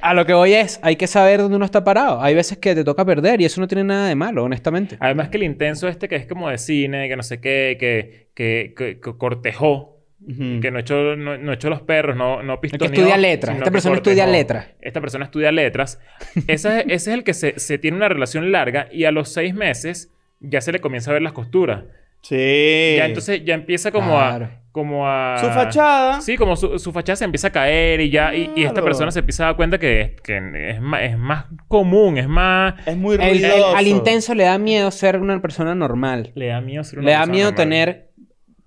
[SPEAKER 4] A lo que voy es, hay que saber dónde uno está parado. Hay veces que te toca perder y eso no tiene nada de malo, honestamente.
[SPEAKER 2] Además que el intenso este que es como de cine, que no sé qué, que, que, que- que cortejó.
[SPEAKER 3] Ujú.
[SPEAKER 2] Que no echó, no, no echó los perros, no, no
[SPEAKER 4] que
[SPEAKER 2] pistoneó.
[SPEAKER 4] estudia letras.
[SPEAKER 2] sino
[SPEAKER 4] Esta
[SPEAKER 2] que
[SPEAKER 4] persona
[SPEAKER 2] cortejó.
[SPEAKER 4] estudia letras.
[SPEAKER 2] Esta persona estudia letras.
[SPEAKER 4] [LAUGHS]
[SPEAKER 2] Esa es- Ese es, el que se, se tiene una relación larga y a los seis meses ya se le comienza a ver las costuras.
[SPEAKER 3] Sí.
[SPEAKER 2] Ya entonces ya empieza como
[SPEAKER 4] Claro.
[SPEAKER 2] a... Como a...
[SPEAKER 3] Su fachada.
[SPEAKER 2] Sí, como su, su fachada se empieza a caer y ya... Y, y esta
[SPEAKER 3] Claro.
[SPEAKER 2] persona se empieza a dar cuenta que, que es, ma- es más común, es más...
[SPEAKER 3] Es muy
[SPEAKER 4] El- el-
[SPEAKER 3] ruidoso.
[SPEAKER 4] al intenso le da miedo ser una persona normal.
[SPEAKER 2] Le da miedo ser una
[SPEAKER 4] Le da
[SPEAKER 2] persona
[SPEAKER 4] miedo
[SPEAKER 2] normal.
[SPEAKER 4] tener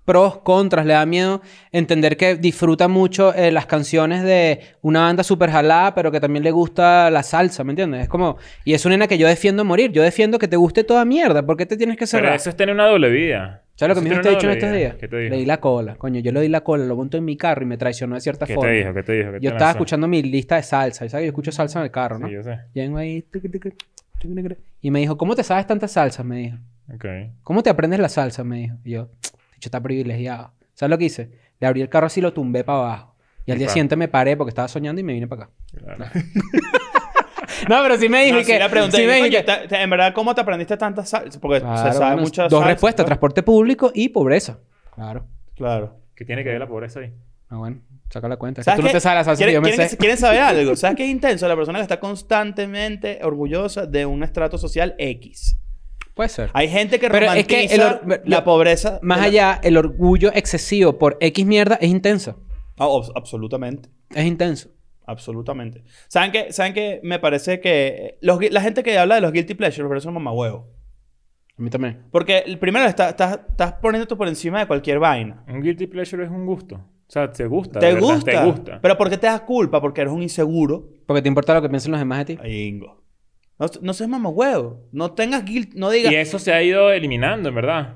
[SPEAKER 4] pros, contras. Le da miedo entender que disfruta mucho eh, las canciones de una banda super jalada, pero que también le gusta la salsa, ¿me entiendes? Es como... Y es una nena que yo defiendo morir. Yo defiendo que te guste toda mierda. ¿Por qué te tienes que
[SPEAKER 2] Pero
[SPEAKER 4] cerrar?
[SPEAKER 2] eso es tener una doble vida.
[SPEAKER 4] ¿Sabes lo que
[SPEAKER 2] Eso
[SPEAKER 4] mi hijo
[SPEAKER 2] es
[SPEAKER 4] te
[SPEAKER 2] tener
[SPEAKER 4] ha dicho en
[SPEAKER 2] una
[SPEAKER 4] estos
[SPEAKER 2] doble vida.
[SPEAKER 4] días?
[SPEAKER 2] ¿Qué te dijo?
[SPEAKER 4] Le di la cola. Coño, yo le di la cola, lo monto en mi carro y me traicionó de cierta
[SPEAKER 2] ¿Qué
[SPEAKER 4] forma.
[SPEAKER 2] te dijo? ¿Qué te dijo? ¿Qué te
[SPEAKER 4] Yo estaba
[SPEAKER 2] lanzó?
[SPEAKER 4] escuchando mi lista de salsa. ¿Sabes? Yo escucho salsa en el carro, ¿no?
[SPEAKER 2] Sí, yo sé.
[SPEAKER 4] Llego ahí... tucu, tucu, tucu, tucu, tucu. Y me dijo, ¿cómo te sabes tantas salsas? Me dijo.
[SPEAKER 2] Ok.
[SPEAKER 4] ¿Cómo te aprendes la salsa? Me dijo. Y yo, dicho, está privilegiado. ¿Sabes lo que hice? Le abrí el carro así y lo tumbé para abajo. Y
[SPEAKER 2] Y
[SPEAKER 4] al día
[SPEAKER 2] pa.
[SPEAKER 4] siguiente me paré porque estaba soñando y me vine para acá.
[SPEAKER 2] Claro.
[SPEAKER 4] No, pero sí me
[SPEAKER 3] No,
[SPEAKER 4] dije
[SPEAKER 3] sí
[SPEAKER 4] que.
[SPEAKER 3] la pregunté,
[SPEAKER 4] sí me
[SPEAKER 3] "Coño,
[SPEAKER 4] dije que-
[SPEAKER 3] ta- ta- en verdad, ¿cómo te aprendiste tantas salsas? Porque
[SPEAKER 4] Claro,
[SPEAKER 3] se sabe
[SPEAKER 4] bueno,
[SPEAKER 3] muchas
[SPEAKER 4] Dos
[SPEAKER 3] salsas,
[SPEAKER 4] respuestas:
[SPEAKER 3] pues.
[SPEAKER 4] transporte público y pobreza. Claro.
[SPEAKER 3] Claro.
[SPEAKER 2] ¿Qué tiene que ver la pobreza ahí?
[SPEAKER 4] Ah, bueno, saca la cuenta. Es que
[SPEAKER 3] ¿Sabes
[SPEAKER 4] tú no
[SPEAKER 3] qué?
[SPEAKER 4] te sabes la salsa que
[SPEAKER 3] ¿Quieren-
[SPEAKER 4] yo me
[SPEAKER 3] quieren,
[SPEAKER 4] sé.
[SPEAKER 3] ¿Quieren
[SPEAKER 4] [LAUGHS]
[SPEAKER 3] saber algo? ¿Sabes qué es intenso? La persona que está constantemente orgullosa de un estrato social X.
[SPEAKER 4] Puede ser.
[SPEAKER 3] Hay gente que
[SPEAKER 4] Pero es
[SPEAKER 3] romantiza
[SPEAKER 4] que el or-
[SPEAKER 3] la
[SPEAKER 4] yo-
[SPEAKER 3] pobreza.
[SPEAKER 4] Más
[SPEAKER 3] de la-
[SPEAKER 4] allá, el orgullo excesivo por X mierda es intenso.
[SPEAKER 3] Ah, ob- absolutamente.
[SPEAKER 4] Es intenso.
[SPEAKER 3] Absolutamente. ¿Saben qué? ¿Saben qué? Me parece que eh, los gui- la gente que habla de los guilty pleasures me parece un mamahuevo.
[SPEAKER 4] A mí también.
[SPEAKER 3] Porque el- primero está- estás, estás poniéndote por encima de cualquier vaina.
[SPEAKER 2] Un guilty pleasure es un gusto. O sea, te gusta.
[SPEAKER 3] ¿Te
[SPEAKER 2] de verdad,
[SPEAKER 3] gusta?
[SPEAKER 2] Te gusta.
[SPEAKER 3] Pero ¿por qué te das culpa? Porque eres un inseguro.
[SPEAKER 4] Porque te importa lo que piensen los demás de ti.
[SPEAKER 3] Ay, Ingo. No, no seas mamahuevo. No tengas guilt. No digas.
[SPEAKER 2] Y eso se ha ido eliminando, en verdad.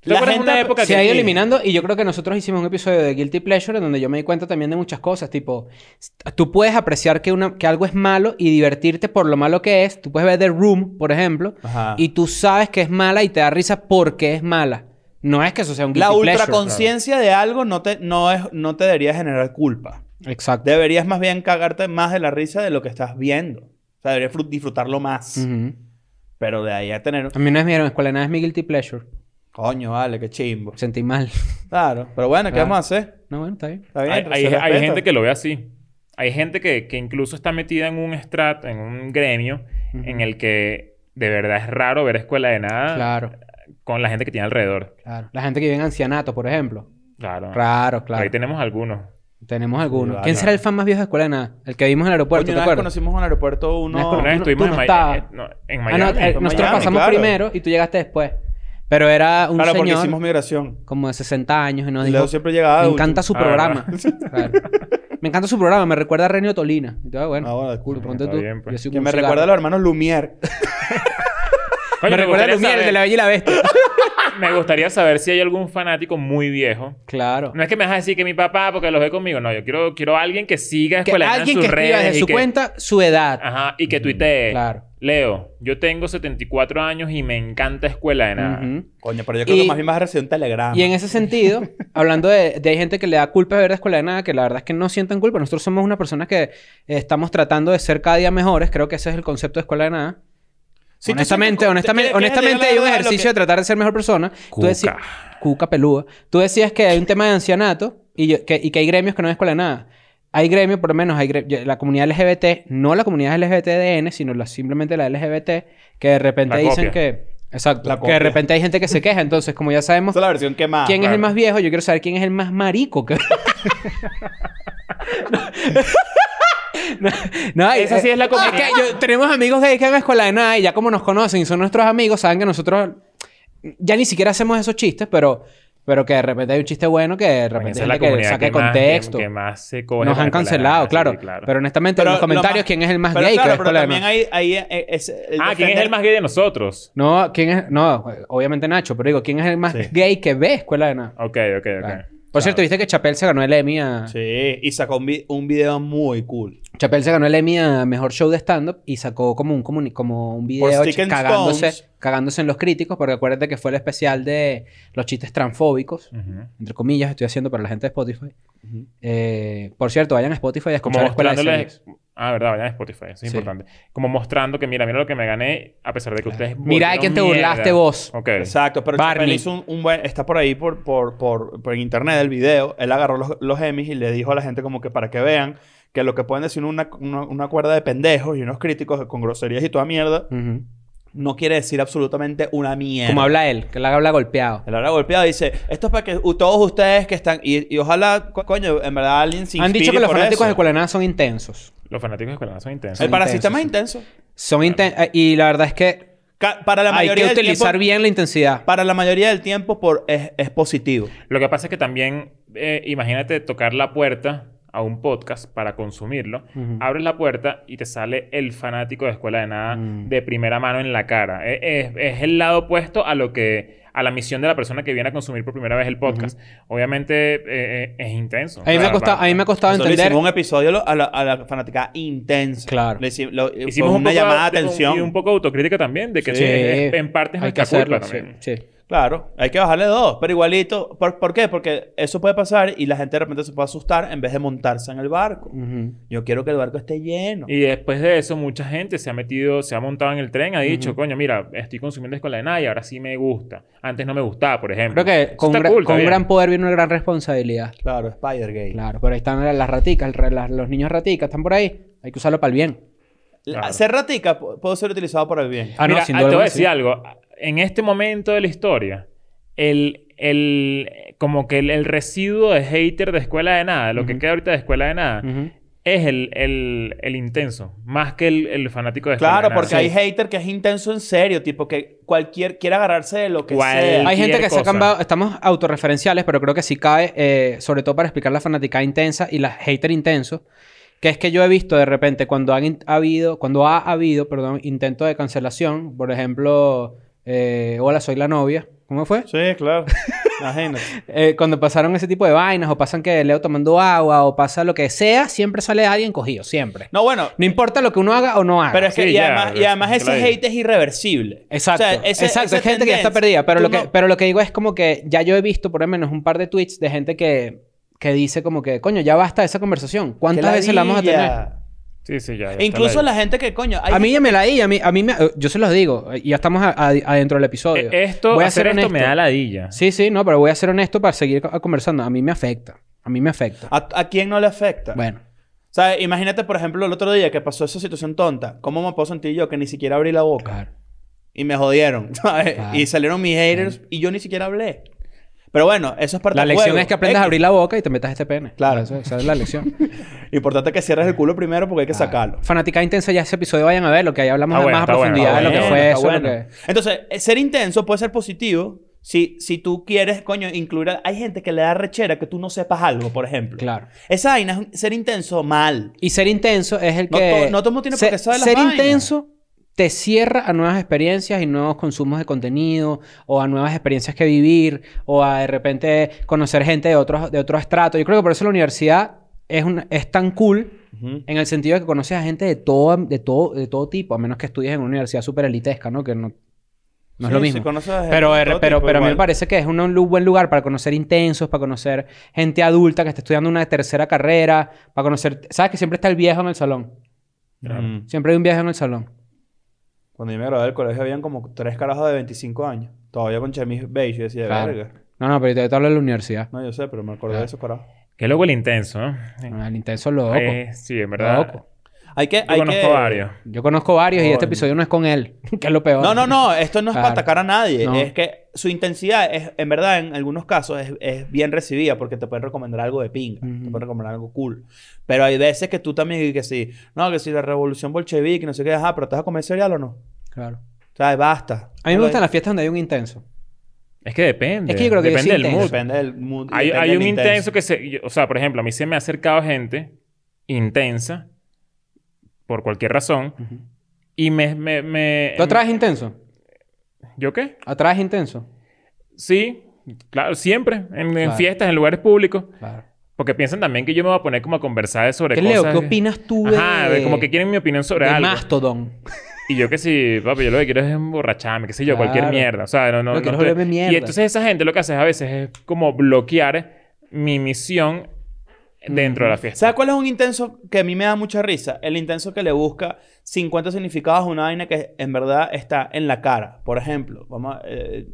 [SPEAKER 2] ¿Te
[SPEAKER 3] La
[SPEAKER 2] acuerdas
[SPEAKER 3] gente
[SPEAKER 2] una época
[SPEAKER 4] Se
[SPEAKER 2] que-
[SPEAKER 4] ha ido eliminando y yo creo que nosotros hicimos un episodio de Guilty Pleasure en donde yo me di cuenta también de muchas cosas, tipo, s- tú puedes apreciar que, una, que algo es malo y divertirte por lo malo que es, tú puedes ver The Room, por ejemplo,
[SPEAKER 3] Ajá.
[SPEAKER 4] y tú sabes que es mala y te da risa porque es mala. No es que eso sea un Guilty
[SPEAKER 3] La
[SPEAKER 4] Pleasure.
[SPEAKER 3] ultraconciencia de algo no te, no, es, no te debería generar culpa.
[SPEAKER 4] Exacto.
[SPEAKER 3] Deberías más bien cagarte más de la risa de lo que estás viendo. O sea, deberías fru- disfrutarlo más.
[SPEAKER 4] Ujú.
[SPEAKER 3] Pero de ahí a tener...
[SPEAKER 4] A mí una vez me dijeron, escuela nada es mi Guilty Pleasure.
[SPEAKER 3] Coño, vale, qué chimbo.
[SPEAKER 4] Me sentí mal. [LAUGHS]
[SPEAKER 3] Claro. Pero bueno, ¿qué
[SPEAKER 4] Claro.
[SPEAKER 3] vamos a hacer?
[SPEAKER 4] No, bueno, está bien.
[SPEAKER 3] Está bien.
[SPEAKER 2] Ah. Hay, hay-
[SPEAKER 3] se
[SPEAKER 2] hay
[SPEAKER 3] respeta.
[SPEAKER 2] gente que lo ve así. Hay gente que, que incluso está metida en un estrato, en un gremio, en el que de verdad es raro ver escuela de nada
[SPEAKER 3] Ah.
[SPEAKER 4] Claro,
[SPEAKER 2] con la gente que tiene alrededor.
[SPEAKER 4] claro. La gente que vive en ancianato, por ejemplo.
[SPEAKER 2] Claro.
[SPEAKER 4] Claro, claro.
[SPEAKER 2] Ahí tenemos algunos.
[SPEAKER 4] Tenemos algunos.
[SPEAKER 3] Ah. Sí,
[SPEAKER 4] ¿Quién
[SPEAKER 3] vale.
[SPEAKER 4] será el fan más viejo de escuela de nada? El que vimos en el
[SPEAKER 3] Coño,
[SPEAKER 4] aeropuerto, ¿te
[SPEAKER 3] una vez
[SPEAKER 4] acuerdas?
[SPEAKER 3] conocimos en el aeropuerto uno...
[SPEAKER 2] Una vez
[SPEAKER 4] tú-
[SPEAKER 2] estuvimos
[SPEAKER 4] tú
[SPEAKER 2] en,
[SPEAKER 4] no
[SPEAKER 2] Ma-
[SPEAKER 4] estabas.
[SPEAKER 2] eh, no, en Miami.
[SPEAKER 4] Ah, no, eh,
[SPEAKER 3] en
[SPEAKER 4] nosotros
[SPEAKER 3] Miami,
[SPEAKER 4] pasamos
[SPEAKER 3] claro.
[SPEAKER 4] primero y tú llegaste después. Pero era un
[SPEAKER 3] claro, porque
[SPEAKER 4] señor
[SPEAKER 3] hicimos migración.
[SPEAKER 4] como de 60 años y nos dijo,
[SPEAKER 3] Leo siempre llegaba...
[SPEAKER 4] me
[SPEAKER 3] último.
[SPEAKER 4] encanta su
[SPEAKER 2] Ah,
[SPEAKER 4] programa. Claro. Me encanta su programa, me recuerda a Renio Tolina. Y yo, ah, bueno,
[SPEAKER 3] Ah, bueno, cool.
[SPEAKER 4] suponte
[SPEAKER 2] Está
[SPEAKER 4] tú.
[SPEAKER 2] bien, pues.
[SPEAKER 4] Yo soy
[SPEAKER 3] Que
[SPEAKER 4] un
[SPEAKER 3] me
[SPEAKER 4] cigarro.
[SPEAKER 3] recuerda a los hermanos Lumière.
[SPEAKER 2] Coño,
[SPEAKER 4] me recuerda a
[SPEAKER 2] gustaría
[SPEAKER 4] Lumière, el de
[SPEAKER 2] saber-
[SPEAKER 4] La Bella y la Bestia.
[SPEAKER 2] Me gustaría saber si hay algún fanático muy viejo.
[SPEAKER 4] [LAUGHS] claro.
[SPEAKER 2] No es que me vas a decir que mi papá porque los ve conmigo. No, yo quiero, quiero a alguien que siga
[SPEAKER 4] Que
[SPEAKER 2] Escuela de Nada
[SPEAKER 4] alguien
[SPEAKER 2] en
[SPEAKER 4] que
[SPEAKER 2] sus
[SPEAKER 4] escriba
[SPEAKER 2] redes.
[SPEAKER 4] desde
[SPEAKER 2] y
[SPEAKER 4] su
[SPEAKER 2] que- Ah,
[SPEAKER 4] cuenta su edad.
[SPEAKER 2] Ajá, y que tuitee.
[SPEAKER 4] Mm, Claro.
[SPEAKER 2] Leo, yo tengo 74 años y me encanta Escuela de Nada.
[SPEAKER 4] Ujú.
[SPEAKER 3] Coño, pero yo creo
[SPEAKER 4] Y-
[SPEAKER 3] que más bien más recién un telegrama.
[SPEAKER 4] Y en ese sentido, hablando de, de hay gente que le da culpa de ver la escuela de nada, que la verdad es que no sientan culpa. Nosotros somos unas personas que eh, estamos tratando de ser cada día mejores. Creo que ese es el concepto de escuela de nada.
[SPEAKER 3] Sí, tú
[SPEAKER 4] honestamente,
[SPEAKER 3] sientes-
[SPEAKER 4] honestamente,
[SPEAKER 3] ¿quieres- quieres
[SPEAKER 4] honestamente hay
[SPEAKER 3] llegar
[SPEAKER 4] un
[SPEAKER 3] a lo que-
[SPEAKER 4] ejercicio de tratar de ser mejor persona. Tú
[SPEAKER 2] Cuca.
[SPEAKER 4] decías, cuca pelúa. Tú decías que hay un tema de ancianato y, yo- que, y que hay gremios que no es escuela de nada. Hay gremios, por lo menos, hay gre- yo- la comunidad LGBT, no la comunidad LGBTDN, sino la, simplemente la LGBT, que de repente
[SPEAKER 2] La
[SPEAKER 4] dicen
[SPEAKER 2] copia.
[SPEAKER 4] que. Exacto.
[SPEAKER 3] La
[SPEAKER 4] que de
[SPEAKER 3] copia.
[SPEAKER 4] repente hay gente que se queja. Entonces, como ya sabemos
[SPEAKER 3] Esa es la versión quemada.
[SPEAKER 4] quién es
[SPEAKER 2] Ah,
[SPEAKER 4] el
[SPEAKER 2] claro.
[SPEAKER 4] más viejo, yo quiero saber quién es el más marico. [LAUGHS] que- No, no,
[SPEAKER 2] Esa
[SPEAKER 4] eh,
[SPEAKER 2] sí es la comunidad.
[SPEAKER 4] que yo- tenemos amigos gays que van a escuela de nada y ya como nos conocen y son nuestros amigos, saben que nosotros ya ni siquiera hacemos esos chistes, pero, pero que de repente hay un chiste bueno que de
[SPEAKER 2] Coño,
[SPEAKER 4] repente
[SPEAKER 2] esa
[SPEAKER 4] hay
[SPEAKER 2] es la
[SPEAKER 4] gente que
[SPEAKER 2] comunidad
[SPEAKER 4] saque
[SPEAKER 2] que más- que-
[SPEAKER 4] contexto.
[SPEAKER 2] que más se coge
[SPEAKER 4] nos
[SPEAKER 2] con Escuela
[SPEAKER 4] han
[SPEAKER 2] de
[SPEAKER 4] cancelado,
[SPEAKER 2] Nada,
[SPEAKER 4] claro.
[SPEAKER 2] sí,
[SPEAKER 4] Pero honestamente,
[SPEAKER 3] Pero
[SPEAKER 4] en
[SPEAKER 3] lo
[SPEAKER 4] los comentarios,
[SPEAKER 3] más-
[SPEAKER 4] ¿quién es el más
[SPEAKER 3] pero
[SPEAKER 4] gay? que
[SPEAKER 3] Claro,
[SPEAKER 4] es
[SPEAKER 3] pero
[SPEAKER 4] escuela de
[SPEAKER 3] también
[SPEAKER 4] nada?
[SPEAKER 3] hay... hay eh, es el
[SPEAKER 2] Ah, ¿quién es
[SPEAKER 3] defender-
[SPEAKER 2] el más gay de nosotros?
[SPEAKER 4] No, ¿quién es? No, obviamente Nacho, pero digo, ¿quién es el más
[SPEAKER 3] Sí.
[SPEAKER 4] gay que ve escuela de nada?
[SPEAKER 2] Ok, ok, ok.
[SPEAKER 4] Claro. Por cierto, viste que Chapel se ganó el Emmy a...
[SPEAKER 3] Sí, y sacó un, vi- un video muy cool.
[SPEAKER 4] Chappelle se ganó el Emmy a Mejor Show de Stand-Up y sacó como un, comuni- como un video
[SPEAKER 3] Stick
[SPEAKER 4] ch-
[SPEAKER 3] and
[SPEAKER 4] cagándose,
[SPEAKER 3] Stones.
[SPEAKER 4] cagándose en los críticos, porque acuérdate que fue el especial de los chistes transfóbicos,
[SPEAKER 2] Ujú.
[SPEAKER 4] entre comillas, estoy haciendo para la gente de Spotify. Eh, por cierto, vayan a Spotify a
[SPEAKER 2] Como
[SPEAKER 4] escuchar la escuela de
[SPEAKER 2] mostrándole...
[SPEAKER 4] Series.
[SPEAKER 2] Ah, verdad, vayan a Spotify, eso es
[SPEAKER 4] Sí.
[SPEAKER 2] importante. Como mostrando que mira, mira lo que me gané, a pesar de que ustedes.
[SPEAKER 4] Mira de
[SPEAKER 2] volvieron
[SPEAKER 4] quién te
[SPEAKER 2] mierda.
[SPEAKER 4] burlaste vos.
[SPEAKER 2] Ok.
[SPEAKER 3] Exacto, pero Chappelle
[SPEAKER 4] Barney.
[SPEAKER 3] hizo un, un buen... Está por ahí, por, por, por, por en internet el video. Él agarró los, los Emmys y le dijo a la gente como que para que vean que lo que pueden decir una, una, una cuerda de pendejos y unos críticos con groserías y toda mierda
[SPEAKER 4] Ujú.
[SPEAKER 3] no quiere decir absolutamente una mierda.
[SPEAKER 4] Como habla él, que la habla golpeado.
[SPEAKER 3] El ahora golpeado dice, esto es para que u- todos ustedes que están... Y, y ojalá, co- coño, en verdad alguien se
[SPEAKER 4] Han dicho
[SPEAKER 3] inspire
[SPEAKER 4] que los
[SPEAKER 3] por
[SPEAKER 4] fanáticos
[SPEAKER 3] eso.
[SPEAKER 4] de Escuela de Nada son intensos.
[SPEAKER 2] Los fanáticos de Escuela de Nada son intensos.
[SPEAKER 3] El
[SPEAKER 4] son
[SPEAKER 3] parasita
[SPEAKER 4] intensos,
[SPEAKER 3] más
[SPEAKER 4] sí.
[SPEAKER 3] intenso.
[SPEAKER 4] Son inten- eh, Y la verdad es que
[SPEAKER 3] Ca- Para la
[SPEAKER 4] hay
[SPEAKER 3] mayoría
[SPEAKER 4] que
[SPEAKER 3] del
[SPEAKER 4] utilizar
[SPEAKER 3] tiempo,
[SPEAKER 4] bien la intensidad.
[SPEAKER 3] Para la mayoría del tiempo por, es, es positivo.
[SPEAKER 2] Lo que pasa es que también, eh, imagínate tocar la puerta a un podcast para consumirlo.
[SPEAKER 4] Ujú.
[SPEAKER 2] Abres la puerta y te sale el fanático de Escuela de Nada
[SPEAKER 4] Mm.
[SPEAKER 2] de primera mano en la cara. Eh, Es, es el lado opuesto a lo que a la misión de la persona que viene a consumir por primera vez el podcast. Obviamente eh, eh, es intenso.
[SPEAKER 4] A mí me ha
[SPEAKER 2] Claro,
[SPEAKER 4] costado,
[SPEAKER 2] para-
[SPEAKER 4] a mí me ha costado
[SPEAKER 3] Nosotros
[SPEAKER 4] entender...
[SPEAKER 3] hicimos un episodio lo- a la, a la fanática intensa.
[SPEAKER 4] Claro.
[SPEAKER 3] Le hici- lo- fue
[SPEAKER 2] Hicimos
[SPEAKER 3] una
[SPEAKER 2] un poco
[SPEAKER 3] llamada de
[SPEAKER 2] de-
[SPEAKER 3] atención.
[SPEAKER 2] Y un poco de autocrítica también, de que
[SPEAKER 4] Sí.
[SPEAKER 2] es- es- en parte es
[SPEAKER 4] Hay que
[SPEAKER 2] nuestra culpa
[SPEAKER 4] hacerlo,
[SPEAKER 2] también.
[SPEAKER 4] sí, sí.
[SPEAKER 3] Claro, hay que bajarle dos, pero igualito. ¿por, por qué? Porque eso puede pasar y la gente de repente se puede asustar en vez de montarse en el barco.
[SPEAKER 4] Ujú.
[SPEAKER 3] Yo quiero que el barco esté lleno.
[SPEAKER 2] Y después de eso, mucha gente se ha metido, se ha montado en el tren, ha dicho, coño, mira, estoy consumiendo escuela de nada y ahora sí me gusta. Antes no me gustaba, por ejemplo.
[SPEAKER 4] Creo que
[SPEAKER 2] Eso
[SPEAKER 4] con, un
[SPEAKER 2] está
[SPEAKER 4] gran-
[SPEAKER 2] cool,
[SPEAKER 4] con un
[SPEAKER 2] está
[SPEAKER 4] gran
[SPEAKER 2] bien.
[SPEAKER 4] poder viene una gran responsabilidad.
[SPEAKER 3] Claro, Spider Gay.
[SPEAKER 4] Claro, pero ahí están la- las raticas, el re- la- los niños raticas, están por ahí. Hay que usarlo para el bien.
[SPEAKER 3] La-
[SPEAKER 2] Claro.
[SPEAKER 3] Ser ratica pu- puede ser utilizado para el bien.
[SPEAKER 4] Ah, no,
[SPEAKER 2] Mira,
[SPEAKER 4] sin
[SPEAKER 2] ah,
[SPEAKER 4] duda
[SPEAKER 2] te voy a
[SPEAKER 4] alguna,
[SPEAKER 2] decir
[SPEAKER 4] sí.
[SPEAKER 2] algo. En este momento de la historia, el, el, como que el, el residuo de hater de escuela de nada, lo que
[SPEAKER 4] Ujú.
[SPEAKER 2] queda ahorita de escuela de nada,
[SPEAKER 4] Ujú.
[SPEAKER 2] es el, el, el intenso, más que el, el fanático de escuela
[SPEAKER 3] Claro,
[SPEAKER 2] de nada.
[SPEAKER 3] porque hay hater que es intenso en serio, tipo que cualquier quiere agarrarse de lo que
[SPEAKER 2] Cual-
[SPEAKER 3] sea.
[SPEAKER 4] Hay gente que se ha
[SPEAKER 2] cosa.
[SPEAKER 4] cambiado, estamos autorreferenciales, pero creo que sí cae, eh, sobre todo para explicar la fanática intensa y las hater intensos, que es que yo he visto de repente cuando han in- habido, cuando ha habido, perdón, intento de cancelación, por ejemplo, eh, hola, soy la novia. ¿Cómo fue?
[SPEAKER 3] Sí, claro.
[SPEAKER 4] [LAUGHS]
[SPEAKER 3] Imagínate.
[SPEAKER 4] Eh, cuando pasaron ese tipo de vainas, o pasan que Leo tomando agua, o pasa lo que sea, siempre sale alguien cogido, siempre.
[SPEAKER 3] No, bueno,
[SPEAKER 4] No importa lo que uno haga o no haga.
[SPEAKER 3] pero es que
[SPEAKER 2] sí,
[SPEAKER 3] y,
[SPEAKER 2] ya,
[SPEAKER 3] además, y
[SPEAKER 2] es-
[SPEAKER 3] además ese
[SPEAKER 2] claro.
[SPEAKER 3] hate es irreversible.
[SPEAKER 4] Exacto,
[SPEAKER 3] O sea, ese-
[SPEAKER 4] exacto.
[SPEAKER 3] esa
[SPEAKER 4] Es gente que ya está
[SPEAKER 3] tendencia,
[SPEAKER 4] perdida. Pero
[SPEAKER 3] tú
[SPEAKER 4] lo, que,
[SPEAKER 3] no-
[SPEAKER 4] pero lo que digo es como que ya yo he visto por lo menos un par de tweets de gente que, que dice como que, coño, ya basta de esa conversación. ¿Cuántas
[SPEAKER 3] ¡Qué
[SPEAKER 4] veces la vamos a tener?
[SPEAKER 3] ladilla!
[SPEAKER 2] Sí, sí,
[SPEAKER 4] E
[SPEAKER 2] ya. ya está
[SPEAKER 3] Incluso
[SPEAKER 2] la-
[SPEAKER 3] la gente que, coño, hay-
[SPEAKER 4] A mí ya me la di, a mí, a mí me, eh, yo se los digo, eh, ya estamos a- a- adentro del episodio.
[SPEAKER 3] E-,
[SPEAKER 2] Eh, Esto,
[SPEAKER 4] Voy a
[SPEAKER 2] hacer
[SPEAKER 4] ser
[SPEAKER 2] esto me
[SPEAKER 4] honesto.
[SPEAKER 2] da ladilla.
[SPEAKER 4] Sí, sí, no, pero voy a ser honesto para seguir co- conversando. A mí me afecta, a mí me afecta.
[SPEAKER 3] ¿a, a quién no le afecta?
[SPEAKER 4] Bueno,
[SPEAKER 3] O sea, imagínate, por ejemplo, el otro día que pasó esa situación tonta. ¿Cómo me puedo sentir yo que ni siquiera abrí la boca?
[SPEAKER 4] claro.
[SPEAKER 3] Y me jodieron, [LAUGHS] ¿sabes?
[SPEAKER 4] Claro.
[SPEAKER 3] Y salieron mis haters y yo ni siquiera hablé. Pero bueno, eso es parte
[SPEAKER 4] La
[SPEAKER 3] del
[SPEAKER 4] lección
[SPEAKER 3] juego.
[SPEAKER 4] es que aprendas a
[SPEAKER 3] X.
[SPEAKER 4] abrir la boca y te metas este pene.
[SPEAKER 3] Claro.
[SPEAKER 4] Eso- Esa es
[SPEAKER 3] [LAUGHS]
[SPEAKER 4] la lección.
[SPEAKER 3] Importante que cierres el culo primero porque hay que sacarlo.
[SPEAKER 4] Fanática intensa, ya ese episodio vayan a verlo, que ahí hablamos
[SPEAKER 2] Está bueno,
[SPEAKER 4] más a
[SPEAKER 2] está bueno,
[SPEAKER 4] profundidad
[SPEAKER 2] está
[SPEAKER 4] de lo que
[SPEAKER 2] bueno,
[SPEAKER 4] fue
[SPEAKER 3] está
[SPEAKER 4] eso. lo
[SPEAKER 3] bueno.
[SPEAKER 4] que-
[SPEAKER 3] Entonces, eh, ser intenso puede ser positivo si, si tú quieres, coño, incluir... a- Hay gente que le da rechera que tú no sepas algo, por ejemplo.
[SPEAKER 4] Claro.
[SPEAKER 3] Esa vaina es un- ser intenso mal.
[SPEAKER 4] Y ser intenso es el
[SPEAKER 3] No
[SPEAKER 4] que...
[SPEAKER 3] to- no todo el mundo tiene por
[SPEAKER 4] ser,
[SPEAKER 3] qué saber las
[SPEAKER 4] Ser
[SPEAKER 3] vainas.
[SPEAKER 4] intenso te cierra a nuevas experiencias y nuevos consumos de contenido o a nuevas experiencias que vivir o a de repente conocer gente de otros de otro estrato. Yo creo que por eso la universidad es, un- es tan cool en el sentido de que conoces a gente de todo, de todo, de todo tipo, a menos que estudies en una universidad súper elitesca, ¿no? Que no, no es
[SPEAKER 3] Sí,
[SPEAKER 4] lo
[SPEAKER 3] sí,
[SPEAKER 4] mismo.
[SPEAKER 3] conoces a gente
[SPEAKER 4] Pero,
[SPEAKER 3] de
[SPEAKER 4] er-
[SPEAKER 3] todo
[SPEAKER 4] pero,
[SPEAKER 3] tipo
[SPEAKER 4] pero a mí
[SPEAKER 3] igual.
[SPEAKER 4] me parece que es un, lu- buen lugar para conocer intensos, para conocer gente adulta que está estudiando una tercera carrera, para conocer... ¿Sabes que siempre está el viejo en el salón?
[SPEAKER 3] Mm.
[SPEAKER 4] Siempre hay un viejo en el salón.
[SPEAKER 3] Cuando yo me gradué del colegio habían como tres carajos de 25 años. Todavía con chemis beige. Yo decía,
[SPEAKER 4] Claro.
[SPEAKER 3] verga.
[SPEAKER 4] No, no, pero yo te hablo de la universidad.
[SPEAKER 3] No, yo sé, pero me acordé de esos carajos.
[SPEAKER 2] Qué loco el intenso, ¿no?
[SPEAKER 4] Ah, El intenso es loco.
[SPEAKER 2] Eh, sí, en verdad.
[SPEAKER 4] Loco.
[SPEAKER 3] Hay que...
[SPEAKER 2] Yo
[SPEAKER 3] Hay
[SPEAKER 2] conozco
[SPEAKER 3] que...
[SPEAKER 2] varios.
[SPEAKER 4] Yo conozco varios y este
[SPEAKER 3] Coño.
[SPEAKER 4] episodio no es con él, [LAUGHS] que es lo peor.
[SPEAKER 3] No, no, no. Esto no es para
[SPEAKER 4] Claro.
[SPEAKER 3] atacar a nadie.
[SPEAKER 4] No.
[SPEAKER 3] Es que su intensidad, es, en verdad, en algunos casos es, es bien recibida porque te pueden recomendar algo de pinga. Te
[SPEAKER 4] Ujú.
[SPEAKER 3] pueden recomendar algo cool. Pero hay veces que tú también... Que sí. No, que si la revolución bolchevique, no sé qué. Ajá, pero ¿estás a comer cereal o no? O
[SPEAKER 4] Claro.
[SPEAKER 3] sea, basta.
[SPEAKER 4] A mí me gustan las fiestas donde hay un intenso.
[SPEAKER 2] Es que depende.
[SPEAKER 4] Es que yo creo que yo
[SPEAKER 2] depende
[SPEAKER 4] soy
[SPEAKER 2] del mood.
[SPEAKER 4] intenso.
[SPEAKER 3] Depende del mood. y
[SPEAKER 2] Hay,
[SPEAKER 3] depende
[SPEAKER 2] hay
[SPEAKER 3] del
[SPEAKER 2] un intenso. que se. yo- o sea, por ejemplo, a mí se me ha acercado gente intensa por cualquier razón y me. me, me
[SPEAKER 4] ¿Tú
[SPEAKER 3] Eh,
[SPEAKER 4] atraes intenso?
[SPEAKER 2] ¿Yo qué?
[SPEAKER 4] ¿Atraes intenso?
[SPEAKER 2] Sí, claro, siempre. En, en
[SPEAKER 4] Claro.
[SPEAKER 2] fiestas, en lugares públicos.
[SPEAKER 4] Claro.
[SPEAKER 2] Porque piensan también que yo me voy a poner como a conversar sobre
[SPEAKER 4] ¿Qué,
[SPEAKER 2] cosas.
[SPEAKER 4] Leo? ¿Qué opinas tú de...?
[SPEAKER 2] Ajá, de como que quieren mi opinión sobre
[SPEAKER 4] de
[SPEAKER 2] algo.
[SPEAKER 4] Mastodon.
[SPEAKER 2] Y yo que sí, papi, yo lo que quiero es emborracharme, qué sé yo, cualquier
[SPEAKER 4] Claro.
[SPEAKER 2] mierda. O sea, no, no,
[SPEAKER 4] Lo que
[SPEAKER 2] no
[SPEAKER 4] quiero es volverme mierda.
[SPEAKER 2] Y entonces esa gente lo que hace a veces es como bloquear mi misión dentro de la fiesta.
[SPEAKER 3] ¿Sabes cuál es un intenso que a mí me da mucha risa? El intenso que le busca 50 significados a una vaina que en verdad está en la cara. Por ejemplo, vamos a- eh,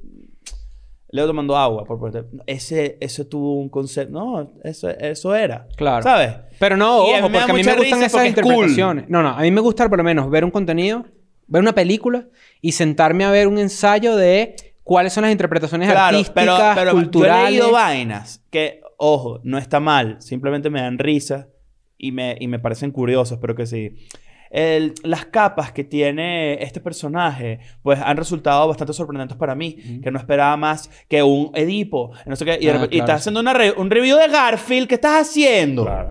[SPEAKER 3] Leo tomando agua. Por, por- ese, ese tuvo un concepto. No, eso, eso era.
[SPEAKER 4] Claro.
[SPEAKER 3] ¿Sabes?
[SPEAKER 4] Pero no,
[SPEAKER 3] Y a
[SPEAKER 4] ojo,
[SPEAKER 3] mí me da
[SPEAKER 4] porque a mí
[SPEAKER 3] mucha
[SPEAKER 4] me gustan
[SPEAKER 3] risa
[SPEAKER 4] esas
[SPEAKER 3] porque es cool.
[SPEAKER 4] interpretaciones. No, no, a mí me gusta por lo menos ver un contenido, ver una película y sentarme a ver un ensayo de cuáles son las interpretaciones
[SPEAKER 3] Claro,
[SPEAKER 4] artísticas,
[SPEAKER 3] pero, pero yo he
[SPEAKER 4] culturales.
[SPEAKER 3] leído vainas que, ojo, no está mal. Simplemente me dan risa y me, y me parecen curiosos, pero que sí. El- las capas que tiene este personaje, pues han resultado bastante sorprendentes para mí, que no esperaba más que un Edipo, no sé qué, y, de
[SPEAKER 4] Ah,
[SPEAKER 3] repente- y
[SPEAKER 4] claro,
[SPEAKER 3] estás
[SPEAKER 4] sí.
[SPEAKER 3] haciendo una re- un review de Garfield, ¿qué estás haciendo?
[SPEAKER 2] Claro.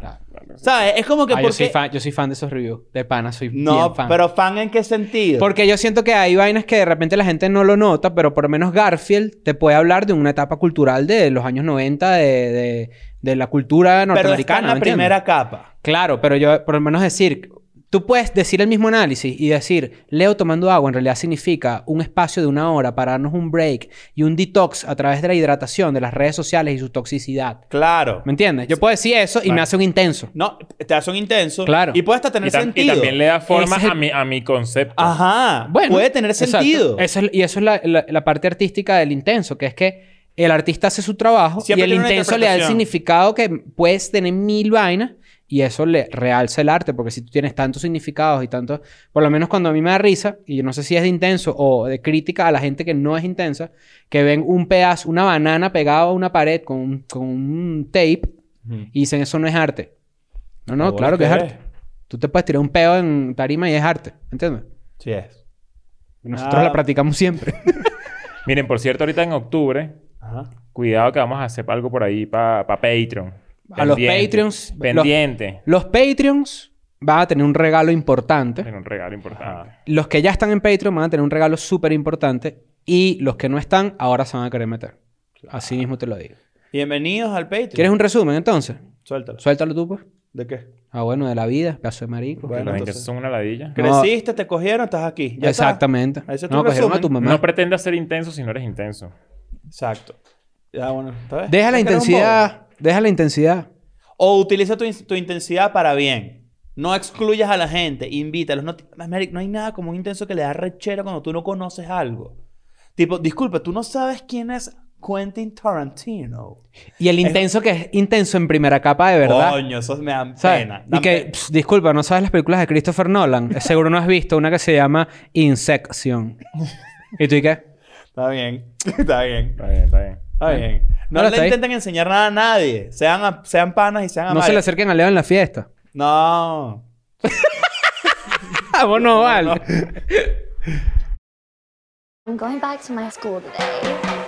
[SPEAKER 3] ¿Sabes? Es como que
[SPEAKER 4] Ah, yo, soy
[SPEAKER 3] porque...
[SPEAKER 4] fan, yo soy fan de esos reviews. De pana, soy
[SPEAKER 3] no,
[SPEAKER 4] bien fan.
[SPEAKER 3] pero fan en qué sentido?
[SPEAKER 4] Porque yo siento que hay vainas que de repente la gente no lo nota, pero por lo menos Garfield te puede hablar de una etapa cultural de los años 90, de, de, de la
[SPEAKER 3] pero está
[SPEAKER 4] cultura
[SPEAKER 3] en
[SPEAKER 4] norteamericana.
[SPEAKER 3] la
[SPEAKER 4] ¿me entiendes?
[SPEAKER 3] primera capa.
[SPEAKER 4] Claro, pero yo por lo menos decir, tú puedes decir el mismo análisis y decir, Leo tomando agua en realidad significa un espacio de una hora para darnos un break y un detox a través de la hidratación de las redes sociales y su toxicidad.
[SPEAKER 3] Claro.
[SPEAKER 4] ¿Me entiendes? Yo puedo decir eso y me hace un intenso.
[SPEAKER 3] No, te hace un intenso.
[SPEAKER 4] Claro.
[SPEAKER 3] Y puede hasta tener
[SPEAKER 2] Y, tam- y
[SPEAKER 3] sentido.
[SPEAKER 2] también le da forma
[SPEAKER 4] Ese es el-
[SPEAKER 2] a, mi, a mi concepto.
[SPEAKER 4] Ah.
[SPEAKER 3] Ajá.
[SPEAKER 4] Bueno,
[SPEAKER 3] puede tener
[SPEAKER 4] exacto.
[SPEAKER 3] sentido.
[SPEAKER 4] Eso es- y eso es la, la- la parte artística del intenso, que es que el artista hace su trabajo
[SPEAKER 3] Siempre
[SPEAKER 4] y el
[SPEAKER 3] tiene una
[SPEAKER 4] intenso le da el
[SPEAKER 3] interpretación.
[SPEAKER 4] significado que puedes tener mil vainas y eso le realza el arte, porque si tú tienes tantos significados y tantos, por lo menos cuando a mí me da risa, y yo no sé si es de intenso o de crítica a la gente que no es intensa, que ven un pedazo, una banana pegada a una pared con, un- con un tape y dicen eso no es arte. No, no,
[SPEAKER 3] Ahora
[SPEAKER 4] claro que es
[SPEAKER 3] que
[SPEAKER 4] arte. Tú te puedes tirar un peo en tarima y es arte, ¿entiendes?
[SPEAKER 3] Sí es.
[SPEAKER 4] Nosotros
[SPEAKER 3] Ah.
[SPEAKER 4] la practicamos siempre.
[SPEAKER 2] Miren, por cierto, ahorita en octubre,
[SPEAKER 3] Ajá.
[SPEAKER 2] cuidado que vamos a hacer algo por ahí para Patreon.
[SPEAKER 4] A los
[SPEAKER 2] Pendiente.
[SPEAKER 4] Patreons, los-
[SPEAKER 2] Pendiente.
[SPEAKER 4] Los Patreons van a tener un regalo importante.
[SPEAKER 2] Tiene un regalo importante.
[SPEAKER 4] Los que ya están en Patreon van a tener un regalo súper importante. Y los que no están, ahora se van a querer meter. Así mismo te lo digo.
[SPEAKER 3] Bienvenidos al Patreon.
[SPEAKER 4] ¿Quieres un resumen entonces?
[SPEAKER 3] Suéltalo.
[SPEAKER 4] Suéltalo tú, pues.
[SPEAKER 3] ¿De qué?
[SPEAKER 4] Ah, bueno, de la vida, pedazo de marico.
[SPEAKER 3] Bueno,
[SPEAKER 2] los
[SPEAKER 3] entonces-
[SPEAKER 2] intensos son una ladilla.
[SPEAKER 3] Creciste, te cogieron, estás aquí. Ya está.
[SPEAKER 4] Exactamente.
[SPEAKER 3] Ese es tu
[SPEAKER 4] No, cogieron a
[SPEAKER 3] resumen.
[SPEAKER 4] tu mamá.
[SPEAKER 2] No pretendas ser intenso si no eres intenso.
[SPEAKER 3] Exacto. Ya, bueno. ¿está bien?
[SPEAKER 4] deja la
[SPEAKER 3] ¿Es que eres un
[SPEAKER 4] intensidad. Deja la intensidad.
[SPEAKER 3] bobo? O utiliza tu, in- tu intensidad para bien. No excluyas a la gente, invítalos. No, te- Mas, marico, no hay nada como un intenso que le da rechera cuando tú no conoces algo. Tipo, disculpa, tú no sabes quién es Quentin Tarantino.
[SPEAKER 4] Y el intenso que es intenso en primera capa de verdad.
[SPEAKER 3] Coño, eso me da
[SPEAKER 4] ¿Sabes?
[SPEAKER 3] pena.
[SPEAKER 4] Y
[SPEAKER 3] Dan
[SPEAKER 4] que,
[SPEAKER 3] pe-
[SPEAKER 4] pss, disculpa, ¿no sabes las películas de Christopher Nolan? Seguro no has visto una que se llama Insection. ¿Y tú y qué?
[SPEAKER 3] Está bien. [LAUGHS] Está bien.
[SPEAKER 2] Está bien, está bien.
[SPEAKER 3] Está bien. No,
[SPEAKER 4] Ahora
[SPEAKER 3] le
[SPEAKER 4] está ahí.
[SPEAKER 3] intenten enseñar nada a nadie. Sean, a- sean panas y sean
[SPEAKER 4] No
[SPEAKER 3] amables.
[SPEAKER 4] se le acerquen a Leo en la fiesta.
[SPEAKER 3] No.
[SPEAKER 4] Ah, vos no vale.
[SPEAKER 1] I'm going back to my school today.